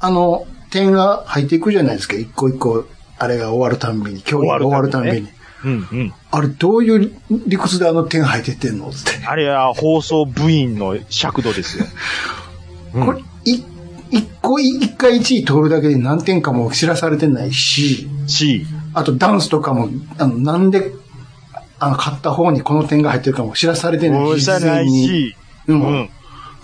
あの、点が入っていくじゃないですか、一個一個、あれが終わるたんびに、競技が終わるたんびに。
終わるたんびにうん、うん。
あれ、どういう理屈であの点入ってってんのつって。
あれは放送部員の尺度ですよ。 うん
これ、い、一個、一回一位取るだけで何点かも知らされてないし、
C。
あとダンスとかも、あの、なんで、あの、買った方にこの点が入ってるかも知らされてない
お
し、
しゃ
事
な
前
い
に。
し、
う。
うんん。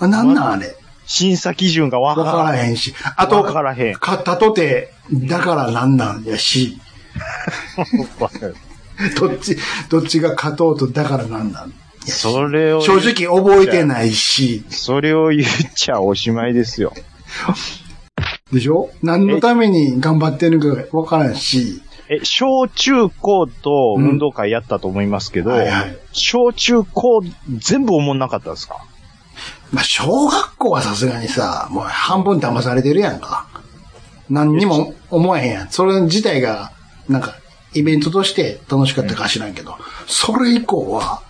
あなんなんあれ。
審査基準がわか
わ
ら
か
な
ら
い。
へんし。あと、
わからへん
買ったとて、だからなんなんやし、
わかる
どっち、どっちが勝とうとだからなんなん。
それを、
正直覚えてないし、
それを言っちゃおしまいですよ。
でしょ何のために頑張ってるのかわからんし、
え、小中高と運動会やったと思いますけど、
はいはい
小中高全部おもんなかったですか
まあ、小学校はさすがにさ、もう半分騙されてるやんか。何にも思えへんやん。それ自体が、なんか、イベントとして楽しかったかは知らんけど、それ以降は、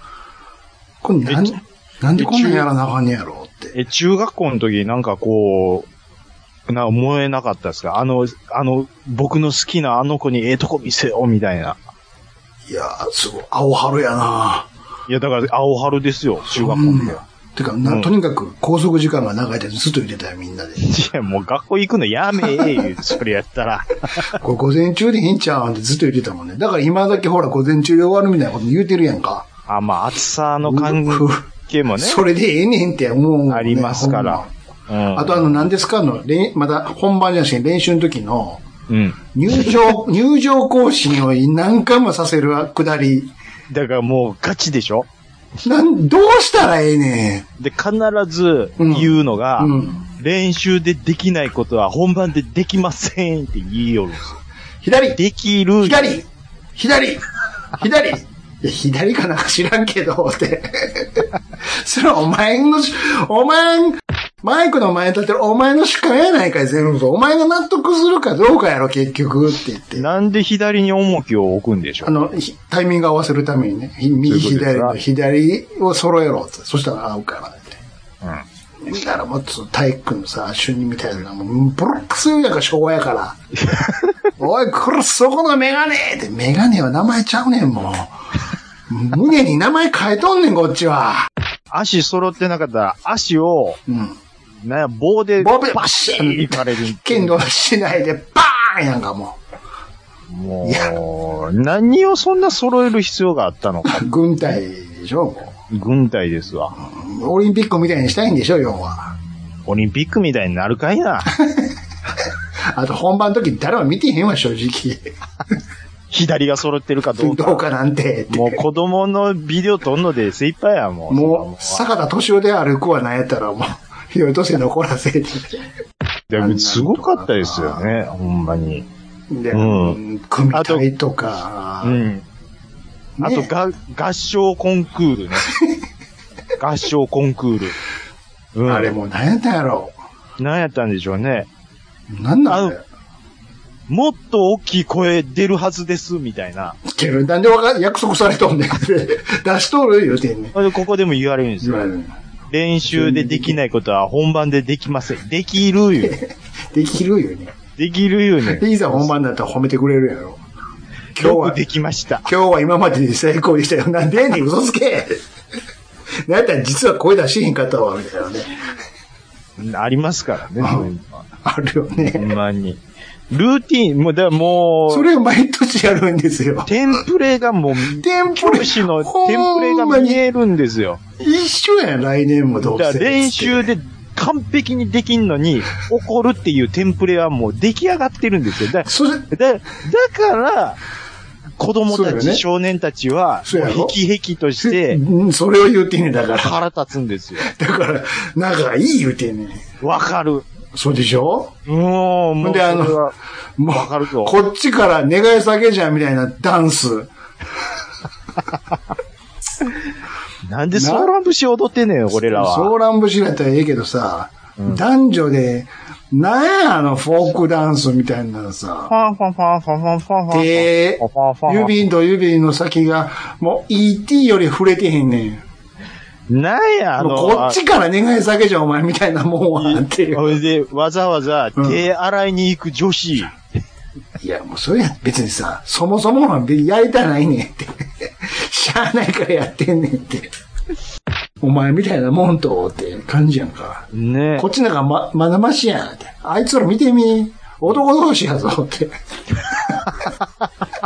これなん
えち、
なんでこんなんやらなあかんねやろうって。
え、中学校の時なんかこう、な、燃えなかったですかあの、あの、僕の好きなあの子にええとこ見せようみたいな。
いやー、すごい、青春やない
や、だから青春ですよ、中学校
う
の
ん
時は。。
てか、な
うん
とにかく拘束時間が長いってずっと言ってたよ、みんなで。
いや、もう学校行くのやめえ言うて、それやっ たら。
これ午前中でいいんちゃうんってずっと言ってたもんね。だから今だけほら午前中で終わるみたいなこと言うてるやんか。
あ、まあ、暑さの関係もね。
それでええねんって思うもんね、
ありますから
ほん
うん
ま。あとあの何ですかあの、れんまだ本番じゃなしに練習の時の
うん。
入 場、入場更新を何回もさせるくだり。
だからもうガチでしょ
なん、どうしたらええね
で、必ず言うのが、
ん。うん。
練習でできないことは本番でできませんって言いよるんですよ。
左
できる。
左左左 いや、左かなん か知らんけど、って。 それはお前のし、お前、マイクの前に立ってるお前の主観やないかい、全部。お前が納得するかどうかやろ、結局、って言って。
なんで左に重きを置くんでしょ
あ
う
の、ひタイミング合わせるためにね、ひ右、
そういうことです
左
か
の左を揃えろ、って。そしたら合うから、って。うん。だからもうちょっと体育のさ、主任みたいなのもう、ボロックスなんか昭和やから。おい、これ、そこのメガネって、メガネは名前ちゃうねん、もう。胸に名前変えとんねん、こっちは。
足揃ってなかったら、足を、
うん。
な棒で、
ボブで
バシーンいかれる。
剣道しないで、バーンやんか、もいや
もう、何をそんな揃える必要があったのか。
う。軍隊でしょ、も
軍隊ですわ。
う。オリンピックみたいにしたいんでしょ、要は。
オリンピックみたいになるかいな。
あと、本番の時誰も見てへんわ、正直。
左が揃ってるかど
ど
う
うか
か。
なんてって。
もう子供のビデオ撮んので精一杯や、もう。
もう、坂田敏夫で歩くはなんやったらもう、ひどい年残らせて。
でもすごかったですよね、ほんまに。
で、
うん
組体とか、
うん。あと、
ね
が、合唱コンクー ルね。合唱コンクール。うん。
あれもなんやったんやろ。
何やったんでしょうね。
なんなんだよ。
もっと大きい声出るはずです、みたいな。
けど、なんでわか約束されとんねんって。 出しとる言うてんねん。
ここでも言われるんです
言わ
よ。
れる
練習でできないことは本番でできません。できるよ。
できるよね。
できるよね。
で、いざ本番だったら褒めてくれるやろ。今日
よ
は
く、できました。
今日は今までで成功でしたよ。なんでやねん、嘘つけ。なんやったら実は声出しへんかったわ、みたいなね。
ありますからね、そういうのは
あるよ
ほん
ね。
まに。ルーティン、もう、だからも、
そうれを毎年やるんですよ。
テンプレがもう、
テンプレ
教師のテンプレが見えるんですよ。
一緒やん、来年もどう
だから
せ。
練習で完璧にできん のに、怒るっていうテンプレはもう出来上がってるんですよ。だ
それ、
だだから、子供
そうだ
た
よ
ち、
ね
少年たちは、
そうやろ
へきへきとして、
うんそれを言うてんねん、だから。
腹立つんですよ。
だから、仲いい言うてんねん。
わかる。
そうでしょ
もう、も
ほ
うん
で、あ
それは
の、も
わかるぞ
う、こっちから願い下げじゃんみたいなダンス。
なんでソーラン節踊ってんねんよ、俺ら
ソ
は。
ーラン節だったらええけどさ、男女で、なんやあのフォークダンスみたいなさ
フ、ァンファンファンファンファンファンファン。
手
ファンファンファン。
指と指の先が、もう ET より触れてへんねん。
なんや、あの。
もうこっちから願い下げじゃんお前みたいなもんはっていう。
それで、わざわざ手洗いに行く女子。
いや、もうそれや、別にさ、そもそものやりたないねんって。しゃあないからやってんねんって。お前みたいなもんと、って感じやんか。
ね
こっちなんかま、まだましやんって。あいつら見てみ。男同士やぞって。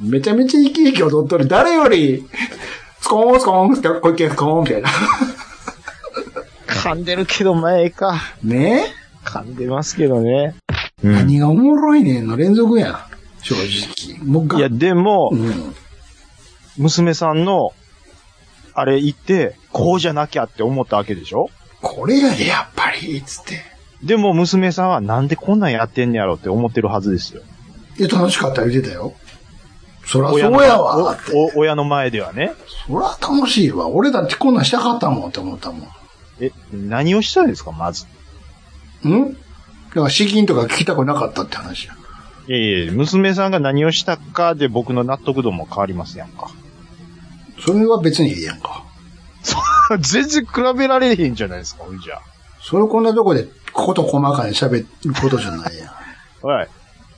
めちゃめちゃ生き生き踊っとる。誰より、スコーンスコーンスコーン、こいけスコーンみたいな。
噛んでるけど、前か。
ねえ
噛んでますけどね。
何がおもろいねんの連続やん。正直。もうが
いや、でも、
うん。
娘さんの、あれ行って、こうじゃなきゃって思ったわけでしょ
これやで、やっぱり、つって。
でも娘さんはなんでこんなんやってんねやろって思ってるはずですよ。
いや、楽しかったら言ってたよ。そらそう
親の
やわ、って。
おお親の前ではね。
そら楽しいわ。俺だってこんなんしたかったもんって思ったもん。
え、何をしたんですか、まず。
んだから資金とか聞きたくなかったって話や。
いやいや、娘さんが何をしたかで僕の納得度も変わりますやんか。
それは別にいいやんか。
全然比べられへんじゃないですか、ほいじゃあ。
それこんなとこで、こと細かに喋ることじゃないやん。
はい。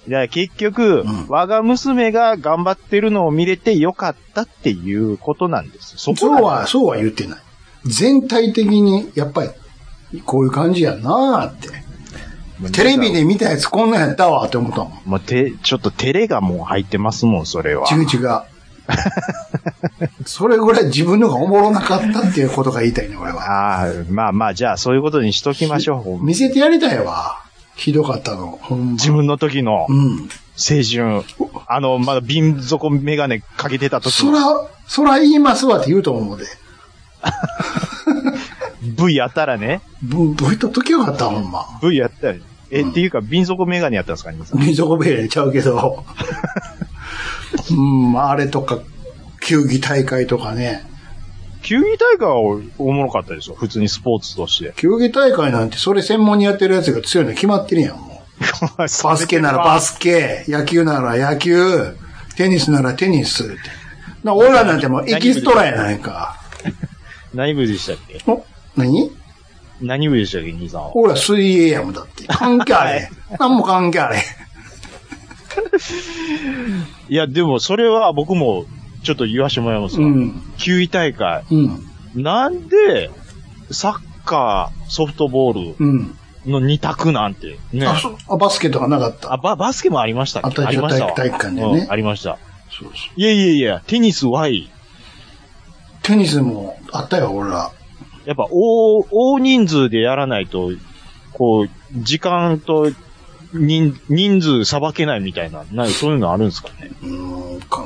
じゃあ結局、
うん
我が娘が頑張ってるのを見れてよかったっていうことなんです。そこ
そ
なん
う
です
は、そうは言ってない。全体的に、やっぱり、こういう感じやなーって。テレビ。で見たやつこんなんやったわって思ったもん。
もうて、ちょっと照れがもう入ってますもん、それは。
違う 違う。それぐらい自分のがおもろなかったっていうことが言いたいね、俺は。
ああ、まあまあ、じゃあそういうことにしときましょう。
見せてやりたいわ。ひどかったの。ほんま
自分の時の
うん。
青春。あの、まだ瓶底メガネかけてた時
そ
の
ら、そら言いますわって言うと思うで。
V やったらね。
ぶ、ぶいとっときゃよかった、ほんま。
V やったら。え、っていうか、瓶底メガネやったんですか、兄さん。
水底部屋にちゃうけ ど。うん、あれとか、球技大会とかね。
球技大会はおおもろかったでしょ普通にスポーツとして。
球技大会なんてそれ専門にやってるやつが強いの決まってるやん、もう。
バ
バスケならバスケ、野球なら野球、テニスならテニスって。な俺らなんてもうエキストラやないか。
何部でしたっけ
お、何
何部でしたっけ、兄さんは。
俺ら水泳やもんだって。関係あれ。なんも関係あれ。
いや、でも、それは僕も、ちょっと言わしてもらいます
う
わ。
ん。
球技大会。
うん。
なんで、サッカー、ソフトボー
うん。
ルの二択なんて、ね。
あ、そう、あバスケとかなかった。
あ、ば、バスケもありましたっけ
あったでしょ
りましたわ
体育体育館でね
うんありました。
そうそう。
いやいやいや、テニス Y。
テニスもあったよ、俺ら。
やっぱ、大、大人数でやらないと、こう、時間と、人、人数さばけないみたいな、なそういうのあるんですかね。
うーん、か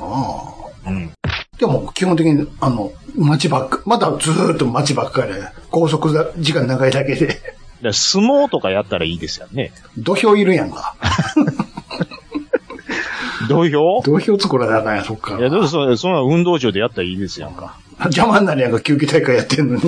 な
うん。
でも、基本的に、あの、街ばっか、まだずーっと街ばっかりで、高速だ時間長いだけで、
で相撲とかやったらいいですよね。
土俵いるやんか。
土俵
土俵作らなあかんやん、そっか
いや、
ら。
どうぞ、そそんな運動場でやったらいいですやんか。
邪魔になるやんか、球技大会やってんのに。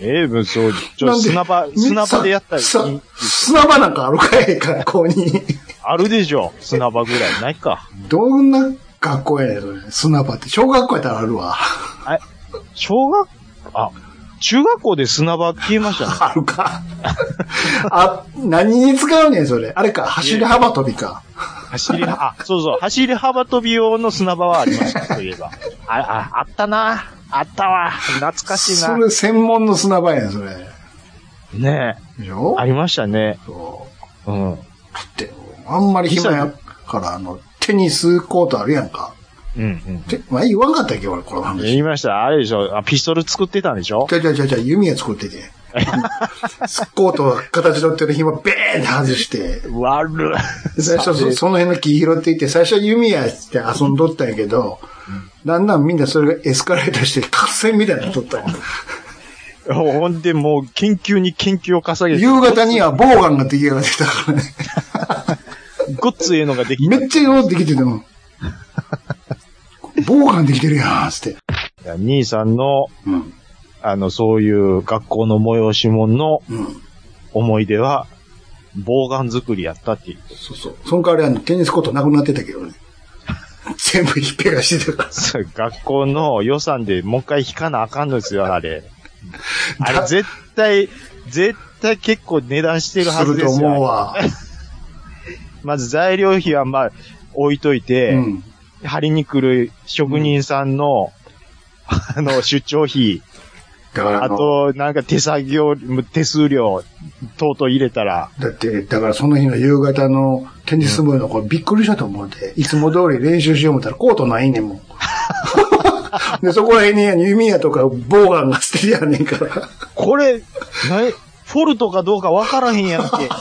ええもうそう、ちょ、
なんで
砂場、砂場でやったらい
さ
い。
さ砂場なんかあるかい学校に。
あるでしょ。砂場ぐらい。ないか。
どんな学校やねん、それ。砂場って。小学校やったらあるわ。
小学、あ、中学校で砂場消えましたね。
あるか。あ、何に使うねん、それ。あれか、走り幅跳びか。
走り、あ、そうそう、走り幅跳び用の砂場はありました、といえば。あ、あ、あったな。あったわ。懐かしい
そ
な。
れ専門の砂場やん、それ。
ね
でし
え、
ょ
ありましたね。
そう
うん。
って、あんまり暇やから、あの、テニスコートあるやんか。
うん、うん。
て、まあ、言わんかったっけ、俺、この
言
話。
いました。あれでしょ。あ、ピストル作ってたんでしょ
ちゃちゃちゃちゃ、弓矢作ってて。スコートが形取ってる紐、ベーンって外して。
悪い。
で最初そ、その辺の木拾っていって、最初は弓矢して遊んどったんやけど、だんだんみんなそれがエスカレートして、合戦みたいになっと ったんや。
ほんで、もう、研究に研究を重ねて、
夕方にはボウガンが出来上がってたからね。
ごっつええのがで き
めっちゃよってきてても。ボウガンできてるやん、つって。
や兄さんの、
うん。
あの、そういう学校の催し物の
うん。
思い出は、棒眼作りやったっていう。
そうそう。その代わりあの、テニスコートなくなってたけ どね。全部ひっぺがしてたから。
そう学校の予算でもう一回引かなあかんのですよ、あれ。あれ絶対、絶対結構値段してるはず
する
で
と
す
思う
よ。
わ。
まず材料費はまあ、置いといて、
うん。
張りに来る職人さんの、あの、出張費、
だから
あ
あの、
と、なんか手作業、手数料、とうとう入れたら、
だって、だからその日の夕方のテニス部の子びっくりしたと思うて、いつも通り練習しよう思ったらコートないねんも ん。で、そこら辺に弓矢とか棒ガンが捨ててやんねんから。
これ、なフォルトかどうかわからへんやんけ。みたいな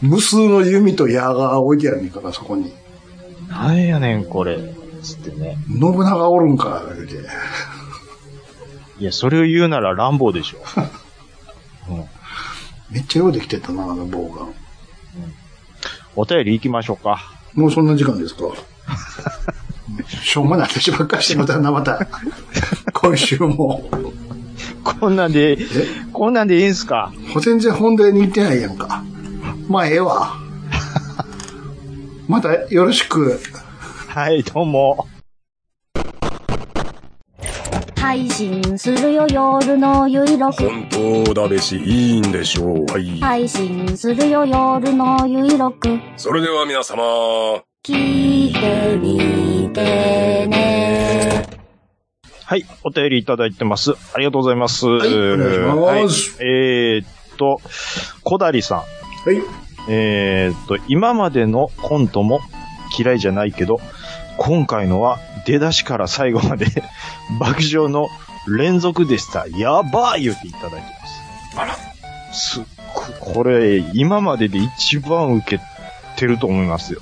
無数の弓と矢が置いてやんねんから、そこに。
なんやねん、これ。つってね。
信長おるんか、言うて。
いや、それを言うなら乱暴でしょ。うん、
めっちゃようできてたな、あの棒が。
お便り行きましょうか。
もうそんな時間 ですかしょうもない話ばっかりしてまたな、また。今週も。
こんなんで、こんなんでいいんすか
ほ全然本題に行ってないやんか。まあ、ええ わ。またよろしく。
はい、どうも。
配信するよ夜のゆいろく
本当だべし、いいんでしょう。はい。
配信するよ夜のゆいろく
それでは皆様。
聞いてみてね
はい、お便りいただいてます。ありがとうございます。はい
お願いします
はいえー、っと、小谷さん。
はい。
えー、っと、今までのコントも嫌いじゃないけど、今回のは出だしから最後まで 爆笑の連続でした。やばい言っていただいてます。あら。すっごい、これ、今までで一番受けてると思いますよ。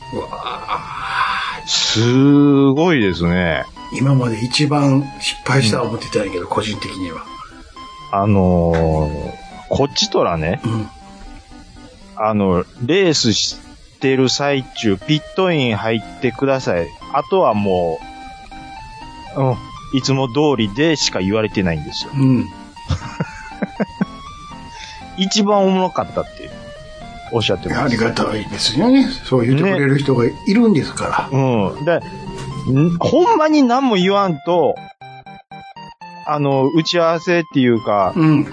すごいですね。
今まで一番失敗した思ってたんやけど、個人的には。
あのー、こっちとらね、
うん。
あの、レースしてる最中、ピットイン入ってください。あとはもう、うん、いつも通りでしか言われてないんですよ。
うん。
一番おもろかったって、おっしゃって
あ
ま
り
す。
がたいですよね。そう言ってくれる人がいるんですから。
うん。で、んほんまに何も言わんと、あの、打ち合わせっていうか、
うん。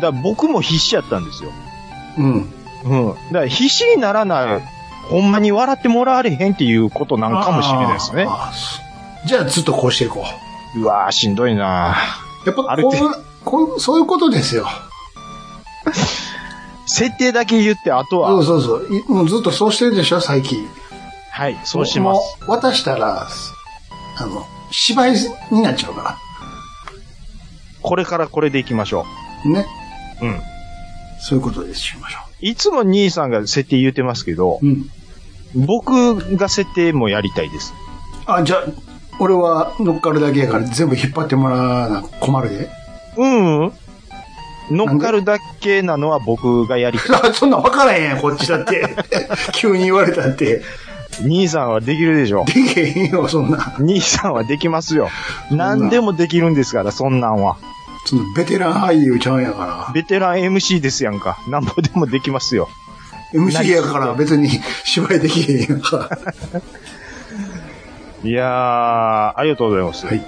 だ僕も必死やったんですよ。
うん。
うん。だから必死にならない、ほんまに笑ってもらわれへんっていうことなんかもしれないですね。
あー。あーすじゃあずっとこうしていこう。
うわぁ、しんどいなぁ。
やっぱ
ある
こ
程
うこう、そういうことですよ。
設定だけ言って、あとは、
そうそうそう。いもうずっとそうしてるでしょ、最近。
はい、そうします。
もう渡したら、あの、芝居になっちゃうか
これからこれでいきましょ
ら。ね。
う。うん。
そういうことですしましょ
いつも兄さんが設定言ってますけど
う。、うん。
僕が設定もやりたいです。
あ、じゃあ、俺は乗っかるだけやから全部引っ張ってもらわな困るで。
うん、うん。乗っかるだけなのは僕がやりたい。
そんなん分からへんやん、こっちだって。 急に言われたって。
兄さんはできるでしょ。
でけへんよ、そんな。
兄さんはできますよ。何でもできるんですから、そんなんは。
そのベテラン俳優ちゃうんやか
ベテラン MC ですやんか。なんぼでもできますよ。
ら。MC やから別に芝居できへんやんか。
いやー、ありがとうございます。
はい。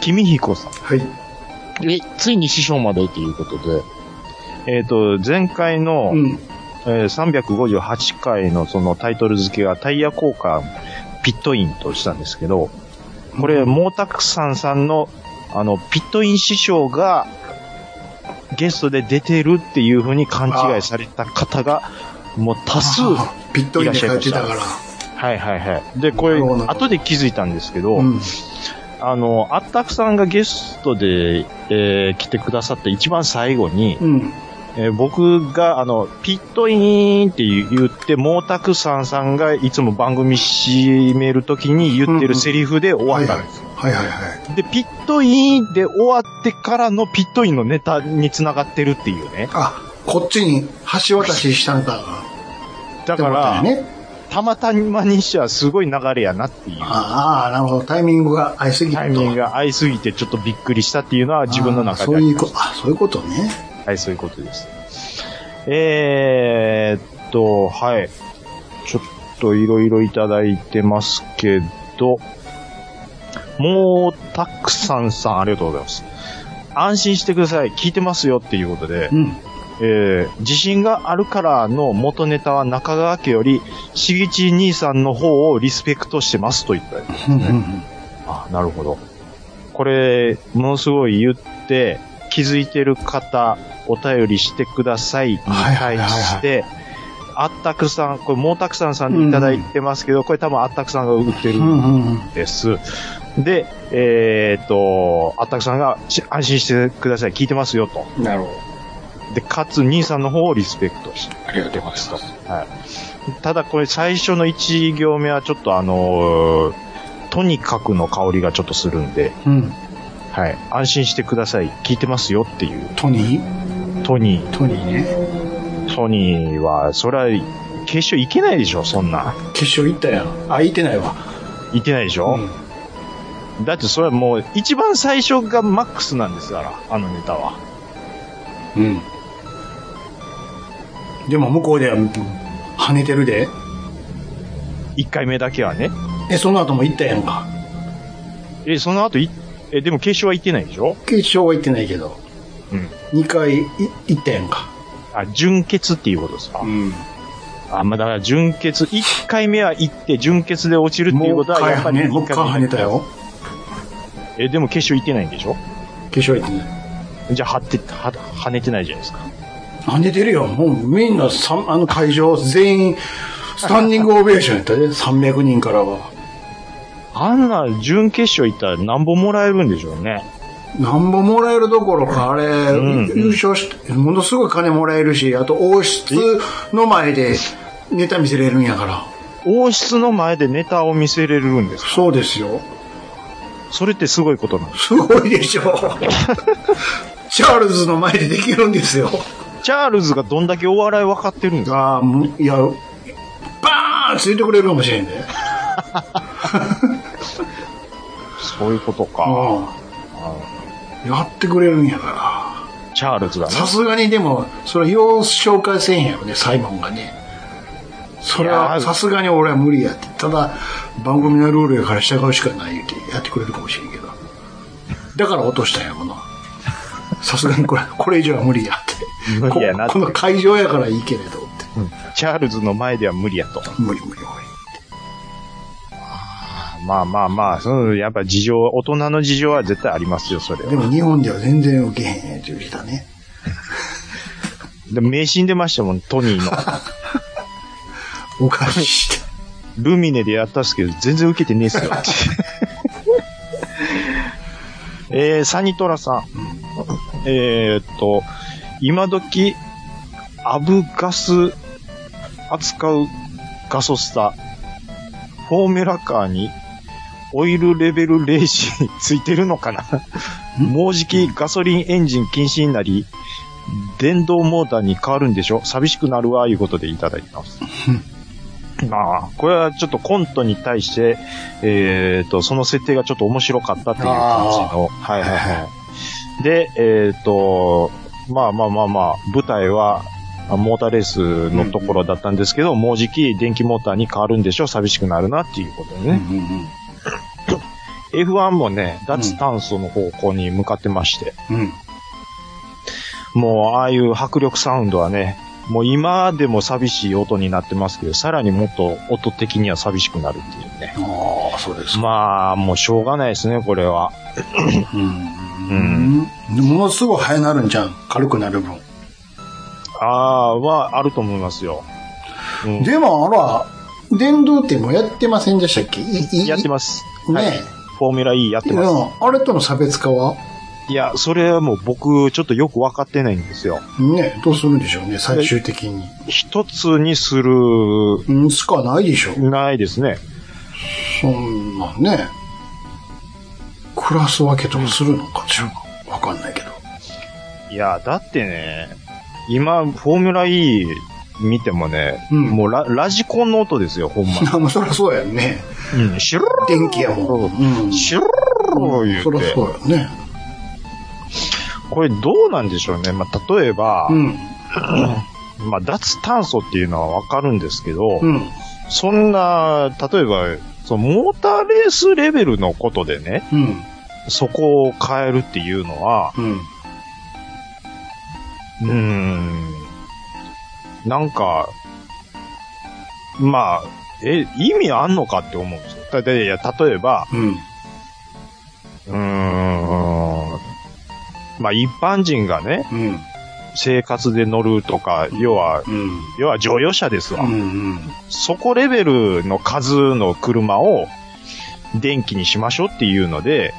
君彦さん。
はい。
え、ついに師匠までということで。えっ、と、前回の、
うん。
えー358回のそのタイトル付けがタイヤ交換ピットインとしたんですけど、これ、毛沢山さんの、あの、ピットイン師匠がゲストで出てるっていう風に勘違いされた方が、もう多数、は
あピットインで書いてたから。
いはいはい。で、こ
な
れ、
るほど
後で気づいたんですけど、
うん。
あの、あったくさんがゲストで、えー来てくださって一番最後に、
うん。
えー僕が、あの、ピットイーンって言って、毛沢さんさんがいつも番組締めるときに言ってるセリフで終わったんですよ。
はいはいはい。
で、ピットイーンで終わってからのピットインのネタに繋がってるっていうね。
あ、こっちに橋渡ししたんだ。
だから、
ってことやね。
たまたまにしてはすごい流れやなっていう。
ああ、なるほど。タイミングが合いすぎると
タイミングが合いすぎてちょっとびっくりしたっていうのは自分の中で
あーそう
あり
い
ま
う
す
こと、あ、そういうことね。
はい、そういうことです。えー、っと、はい。ちょっといろいろいただいてますけど、もう、たくさんさん、ありがとうございます。安心してください。聞いてますよっていうことで、
うん。
えー、自信があるからの元ネタは中川家より、しげち兄さんの方をリスペクトしてますと言ったよあ、なるほど。これ、ものすごい言って、気づいてる方、お便りしてくださいに
はいはいはい
対
はい
して、あったくさん、これ、もうたくさんさんでいただいてますけど、これ多分あったくさんが売ってる
うん
ん
うんうん。
です。で、えーっと、あったくさんがし安心してください、聞いてますよと。
なるほど。
で、かつ、兄さんの方をリスペクトして。
ありがとうございます。
はい。ただこれ最初の1行目はちょっとあのーとにかくの香りがちょっとするんで、
うん。
はい。安心してください。聞いてますよっていう。
トニー
トニー。
トニーね。
トニーは、それは、決勝いけないでしょ、そんな。
決勝行ったやん。あ、行ってないわ。
いけないでしょ、
うん
だってそれはもう、一番最初がマックスなんですから、あのネタは。
うん。でも向こうでは跳ねてるで。
一回目だけはね。
え、その後も行ったやんか。
え、その後い、え、でも決勝はいけないでしょ
決勝は行ってないけど。
うん。
2回い行ったやんか。
あ、純潔っていうことですか、
ん。
あ、まあ、だから純潔、一回目は行って、純潔で落ちるっていう
もう
こ
一
とは、
回
やっぱ
跳
り
ね、もう一回跳ねた。よ。
え、でも決勝行ってないんでしょ
決勝は行ってない。
じゃあ、はって、は、跳ねてないじゃないですか。
跳ねてるよ。もうみんなさん、あの会場全員、スタンディングオベーションやったで、300人からは。
あんな準決勝行ったら何本もらえるんでしょうね。
なんぼもらえるどころか、あれ、
ん
優勝して、ものすごい金もらえるし、あと王室の前でネタ見せれるんやから。
王室の前でネタを見せれるんです。
そうですよ。
それってすごいことなんです。
すごいで しょ。チャールズの前でできるんですよ。
チャールズがどんだけお笑い分かってるんですか
ああ、もういや、バーンついてくれるかもしれんで。
そういうことか。
ああやってくれるんやか
チャールズが
ら。
ね。
さすがにでも、それよう紹介せんやろね、サイモンがね。それ
いや
は
ー
さすがに俺は無理やって。ただ、番組のルールやから従うしかない言うてやってくれるかもしれんけど。だから落としたんやもの。さすがにこれ、これ以上は無理やって。
無理やなって
こ。この会場やからいいけれどって。
チャールズの前では無理やと。
無理無理無理。
まあまあまあ、その、やっぱ事情、大人の事情は絶対ありますよ、それは
で。も日本では全然受けへんって言うてたね。
でも名刺に出ましたもん、トニ ーの。
おかしいって。
ルミネでやったっすけど、全然受けてねえっ すよ。えー、サニトラさん。えー、っと、今時、アブガス扱うガソスタ、フォーメラカーにオイルレベル0ー ついてるのかなもうじきガソリンエンジン禁止になり、電動モーターに変わるんでしょ寂しくなるわ、いうことでいただいてます。まあ、これはちょっとコントに対して、えっ、と、その設定がちょっと面白かったっていう感じの。はいはいはい。で、えっ、と、まあまあまあまあ、舞台は、あモーターレースのところだったんですけど、もうじき電気モーターに変わるんでしょ寂しくなるなっていうことでね。F1 もね、脱炭素の方向に向かってまして、
うん。
もうああいう迫力サウンドはね、もう今でも寂しい音になってますけど、さらにもっと音的には寂しくなるっていうね。
ああ、そうですか。
まあ、もうしょうがないですね、これは。
うん。うん。ものすごい早なるんじゃん。軽くなる分。
ああー、はあると思いますよ。うん
でも、あら、電動ってもうやってませんでしたっけいい
やって
ま
ます。
ね
はい。フォーミュラ E やって
う
ます。
ん。あれとの差別化はい
や、それはもう僕、ちょっとよくわかってないんですよ。
ねどうするんでしょうね、最終的に。
一つにする、
うん、しかないでしょ。
ないですね。
そんなんね。暮らすわけとかするのかしら。わかんないけど。
いや、だってね、今、フォーミュラ E 見てもね、
うん
もうララジコンの音ですよ、 ほんま。
あ、まあ、そりゃそうやんね。
うん、シュルル
電気やもん。うん。
シュルルル
そ
言
り
う
ゃ
て
そ。うやんね。
これどうなんでしょうね。まあ、例えば、
うん。
まあ、脱炭素っていうのはわかるんですけど、
うん。
そんな、例えば、そのモーターレースレベルのことでね、
うん。
そこを変えるっていうのは、
うん。
うーん、なんか、まあ、え、意味あんのかって思うんですよ。だでいや例えば、
うん。
うーん、まあ一般人がね、
うん。
生活で乗るとか、要は、
うん。
要は乗用車ですわ。
うん。
そこレベルの数の車を電気にしましょうっていうので、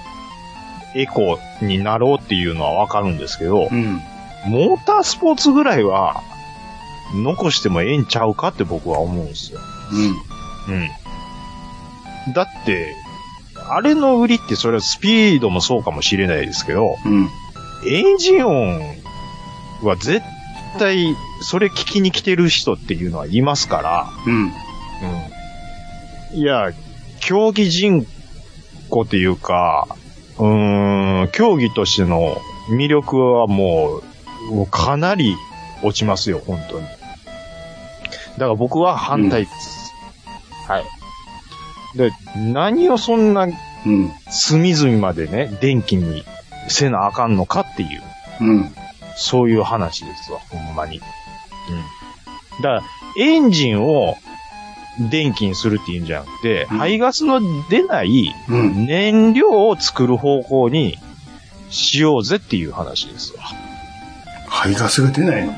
エコになろうっていうのはわかるんですけど
う、ん。
モータースポーツぐらいは残してもええんちゃうかって僕は思うんですよ。うん。だって、あれの売りってそれはスピードもそうかもしれないですけど、
うん。
エンジン音は絶対それ聞きに来てる人っていうのはいますから、
うん。
いや、競技人口っていうか、うーん、競技としての魅力はもう、もうかなり落ちますよ、本当に。だから僕は反対です。はい。で、何をそんな
うん。
隅々までね、電気にせなあかんのかっていう。
うん。
そういう話ですわ、ほんまに。うん。だから、エンジンを電気にするっていうんじゃなくて、
うん
排ガスの出ない
うん。
燃料を作る方向にしようぜっていう話ですわ。
排ガスが出ないの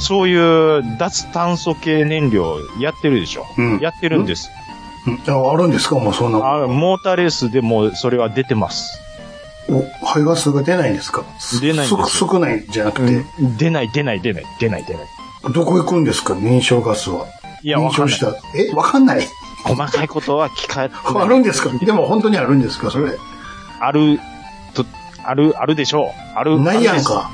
そういう脱炭素系燃料やってるでしょ。
うん
やってるんです。
あ、あるんですかもうそんな。
あモーターレースでもそれは出てます。
お、排ガスが出ないんですか
出ないんですよ
す少ないじゃなくて、
うん出ない出ない出ない出ない出ない。
どこ行くんですか燃焼ガスは。
いや、わ
燃
かん
焼
ない
し。た。え、わかんない。
細かいことは聞 か
あるんですかでも本当にあるんですかそれ。
ある、と、ある、あるでしょう。ある。
ないやん
ある
か。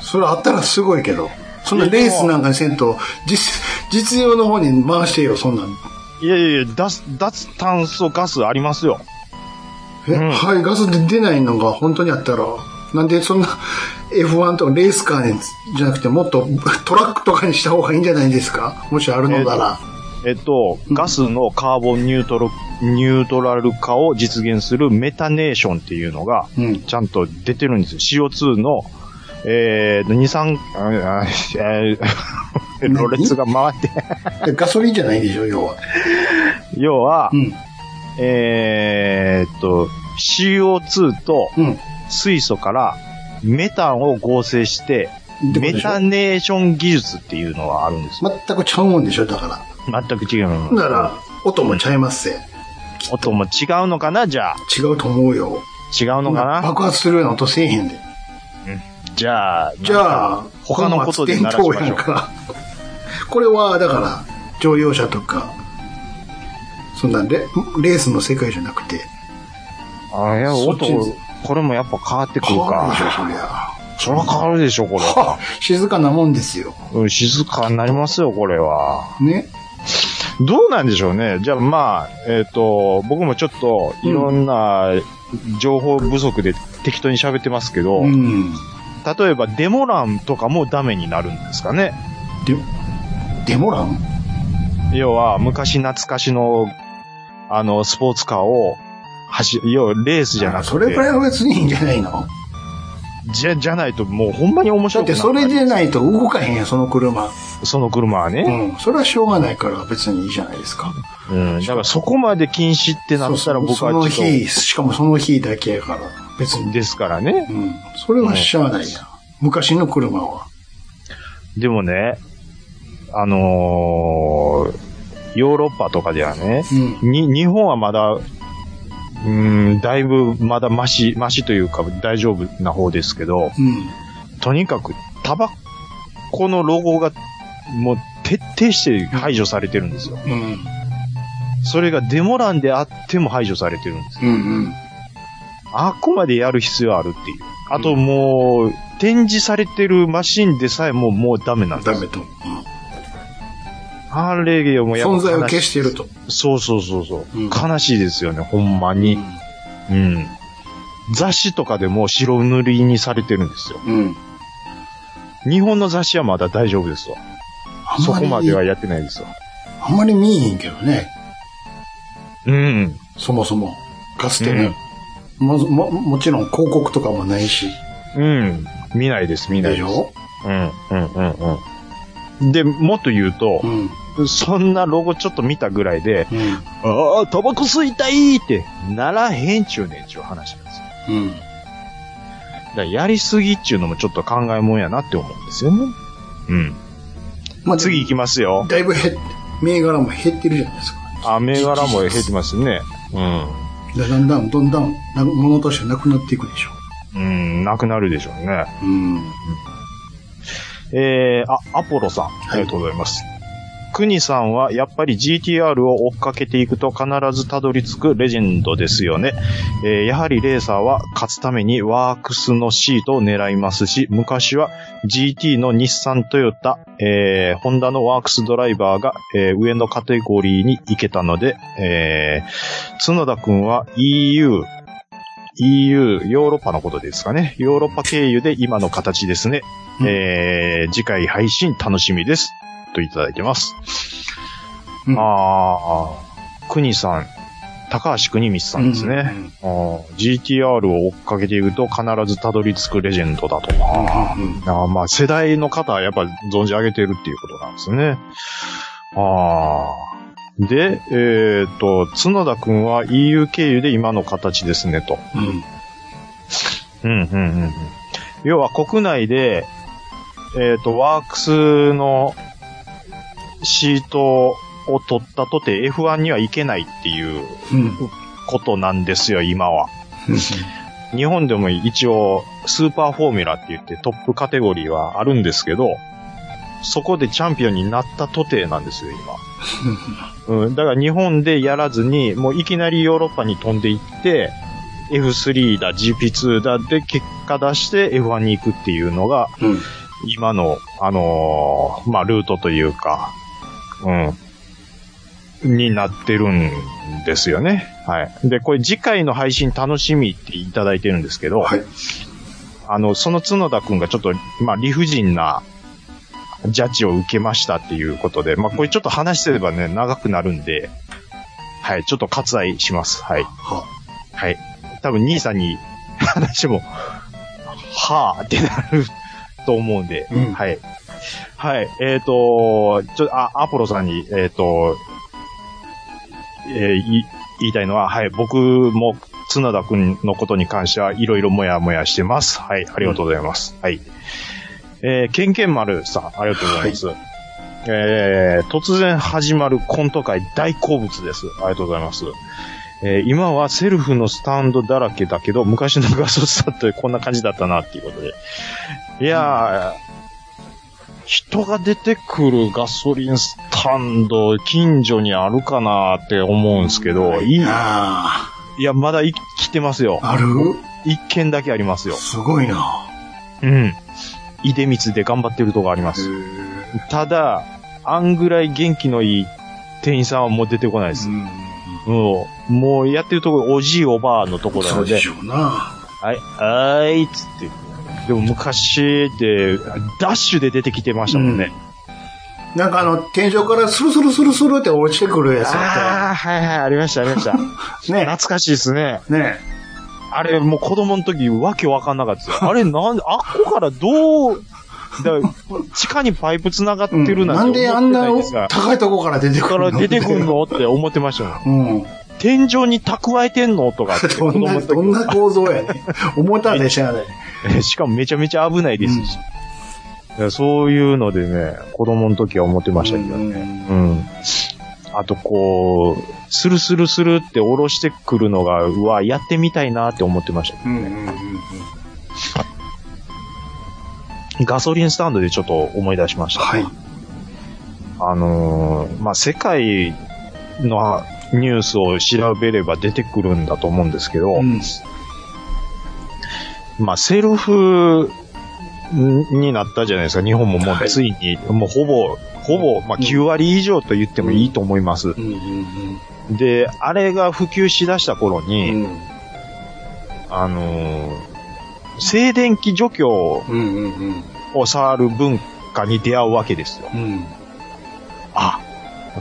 それあったらすごいけど。そんなレースなんかにせんと、実、実用の方に回してよ、そんなん。
です。いやいやいや、脱、脱炭素ガスありますよ。
え、
うん
はい、ガスで出ないのが本当にあったら、なんでそんな F1 とかレースカーにじゃなくてもっと トラックとかにした方がいいんじゃないですかもしあるのなら。
えっと、ガスのカーボンニュートロ、ニュートラル化を実現するメタネーションっていうのが、
うん
ちゃんと出てるんですよ。CO2 の、えー、二酸、ああえー ロレツが回って、
でガソリンじゃないでしょ、要は。
要は、
うん。
えーっと、CO2 と
うん。
水素からメタンを合成して、
ってことでしょ
メタネーション技術っていうのはあるんですよ。
全くちゃうもんでしょ、だから。
全く違うの。
なら、音もちゃいますせ。
音も違うのかなじゃあ。
違うと思うよ。
違うのかな
爆発するような音せえへんで。
じゃあ、
じゃあ、
他のことで
本
鳴らし
末
ま
転
しょ
倒やんか。 これは、だから、乗用車とか、そんなレレースの世界じゃなくて、
う。あいや、
そっ
音
ち、
これもやっぱ変わってくる
変わるでしょ、
か。
そりゃ。
それは変わるでしょ、これは。
は静かなもんですよ。
うん静かになりますよ、これは。
ね。
どうなんでしょうね。じゃあ、まあ、えっ、と、僕もちょっと、いろんな情報不足で適当に喋ってますけど、
うん。
例えばデモ欄とかもダメになるんですかね。
で、デモ欄
要は、昔懐かしの、あの、スポーツカーを、走、要は、レースじゃなくて。
それぐらいは別にいいんじゃないの
じゃ、じゃないと、もうほんまに面
だ
白
っ
くな
て
い。
それでないと動かへんやん、その車。
その車は
う
ね。
ん。それはしょうがないから別にいいじゃないですか。
うん。だからそこまで禁止ってなったら
そう
僕
そ
は
うその
ちょっ
日、しかもその日だけやから。別
と、
に。
ですからね。
うん。それはしゃあないやん。昔の車は。
でもね、あのー、ヨーロッパとかではね、
うん。
に、日本はまだ、うーん、だいぶまだマシ、マシというか大丈夫な方ですけど、
うん。
とにかくタバコのロゴがもう徹底して排除されてるんですよ。
うん。
それがデモ欄であっても排除されてるんです。
うん。
あっこまでやる必要あるっていう。あともう、展示されてるマシンでさえももうダメなんです。
ダメと。うん
あれもうやっぱ
存在を消
悲し
していると。
そうそうそうそう、
うん
悲しいですよね、ほんま
う
に。
ん
うん。雑誌とかでもう白塗りにされてるんですよ。
うん。
日本の雑誌はまだ大丈夫ですわ。
あん
そ
ま
こ
り
まではやってないですわ。
あんまり見えへんけどね。
うん。
そもそも。かつてね。も、も、もちろん広告とかもないし。
うん。見ないです、見ない
で
で
し
す。
ょ
うん、うん、うん、うん。で、もっと言うと
う、ん。うん。
そんなロゴちょっと見たぐらいで、ああ、タバコ吸いたいってならへんちゅうねんちゅう話なんですよ。
うん。
だからやりすぎっちゅうのもちょっと考えもんやなって思うんですよね。うん。
まあ、
次行きますよ。
だいぶ減って、銘柄も減ってるじゃないですか。
あ、銘柄も減ってますね。うん。
だだんだん、どんどん、な物としてなくなっていくでしょ。
うん、なくなるでしょうね。
うん。
えー、あ、アポロさん、ありがとうございます。クニさんはやっぱり GTR を追っかけていくと必ずたどり着くレジェンドですよね。えーやはりレーサーは勝つためにワークスのシートを狙いますし、昔は GT の日産トヨタ、えーホンダのワークスドライバーが、えー上のカテゴリーに行けたので、えー角田くんは EU、EU、ヨーロッパのことですかね。ヨーロッパ経由で今の形ですね。
うん
えー次回配信楽しみです。といただいてます。
うん
ああ、国さん、高橋国光さんですね。あー GTR を追っかけていくと必ずたどり着くレジェンドだとな。
うん。うん。
あーまあ、世代の方はやっぱ存じ上げてるっていうことなんですね。ああ。で、えーっと、角田くんは EU 経由で今の形ですね、と。
うん。
うん、うん、うんうん。要は国内で、えーっと、ワークスのシートを取ったとて F1 には行けないっていう
うん。
ことなんですよ、今は。日本でも一応、スーパーフォーミュラって言ってトップカテゴリーはあるんですけど、そこでチャンピオンになったとてなんですよ、今。うん、だから日本でやらずに、もういきなりヨーロッパに飛んでいって、F3 だ、GP2 だで結果出して F1 に行くっていうのが、
うん。
今の、あのーまあ、ルートというか、うん、になってるんですよね。はい。で、これ次回の配信楽しみっていただいてるんですけど、
はい
あの、その角田くんがちょっと、まあ、理不尽な、ジャッジを受けましたっていうことで、まあ、これちょっと話してればね、長くなるんで、はい、ちょっと割愛します。はい。
は
はい。多分兄さんに話も、はぁってなると思うんで、
うん
はい。はい。えっ、と、ちょ、あ、アポロさんに、えっ、と、えーい言いたいのは、はい、僕も角田くんのことに関してはいろいろもやもやしてます。はい、ありがとうございます。はい。えー、ケンケン丸さん、ありがとうございます。えー、突然始まるコント会大好物です。ありがとうございます。えー今はセルフのスタンドだらけだけど、昔のガソスタってこんな感じだったなっていうことで。いやー、人が出てくるガソリンスタンド、近所にあるかなって思うんですけど、いい、
い。あ
いや、まだ生きてますよ
あ。。ある
一軒だけありますよ。
すごいな。
うん。出光で頑張ってるとこありま
へ
す。
え
ただ、あんぐらい元気のいい店員さんはもう出てこないです
う。ん。
もう、もうやってるところ、おじいおばあのところな
そ
の
うで
で
し、ょうな。
はい、あーいっつって。でも昔って、ダッシュで出てきてましたもんね。
なんかあの、天井からスルスルスルスルって落ちてくるやつだ
ああ、はいはい、ありました、あ りました。
って。ね
懐かしいですね。
ね
あれ、もう子供の時、わけわかんなかったです よ。あれ、なんで、あっこからどう、だ地下にパイプ繋がって
うん
る
な
なんんて
であ
思っ
ん
てな
ない
ですが、
高いとこから出て
だ
く
か
る
ら
の
出てくるのって思ってましたよ。
うん。
天井に蓄えてんのとかって子
どん
供
な、
の時
どんな構造やね。重たいでしょ、あれ。
えしかもめちゃめちゃ危ないですし。いやそういうのでね、子供の時は思ってましたけどね。
ね。
うん。あとこう、スルスルスルって下ろしてくるのが、うわ、やってみたいなって思ってました。
うんうんうん
ガソリンスタンドでちょっと思い出しました。
はい。
あのーまあ、世界のニュースを調べれば出てくるんだと思うんですけど、
うん
まあ、セルフんになったじゃないですか。日本もも
は
う
い
ついに、もうほぼ、ほぼ、まあ、9割以上と言ってもいいと思います。
うんうん
で、あれが普及しだした頃
う
に、
ん。
あのー静電気除去
うんうんうん
を触る文化に出会うわけですよ。
うん。
あ、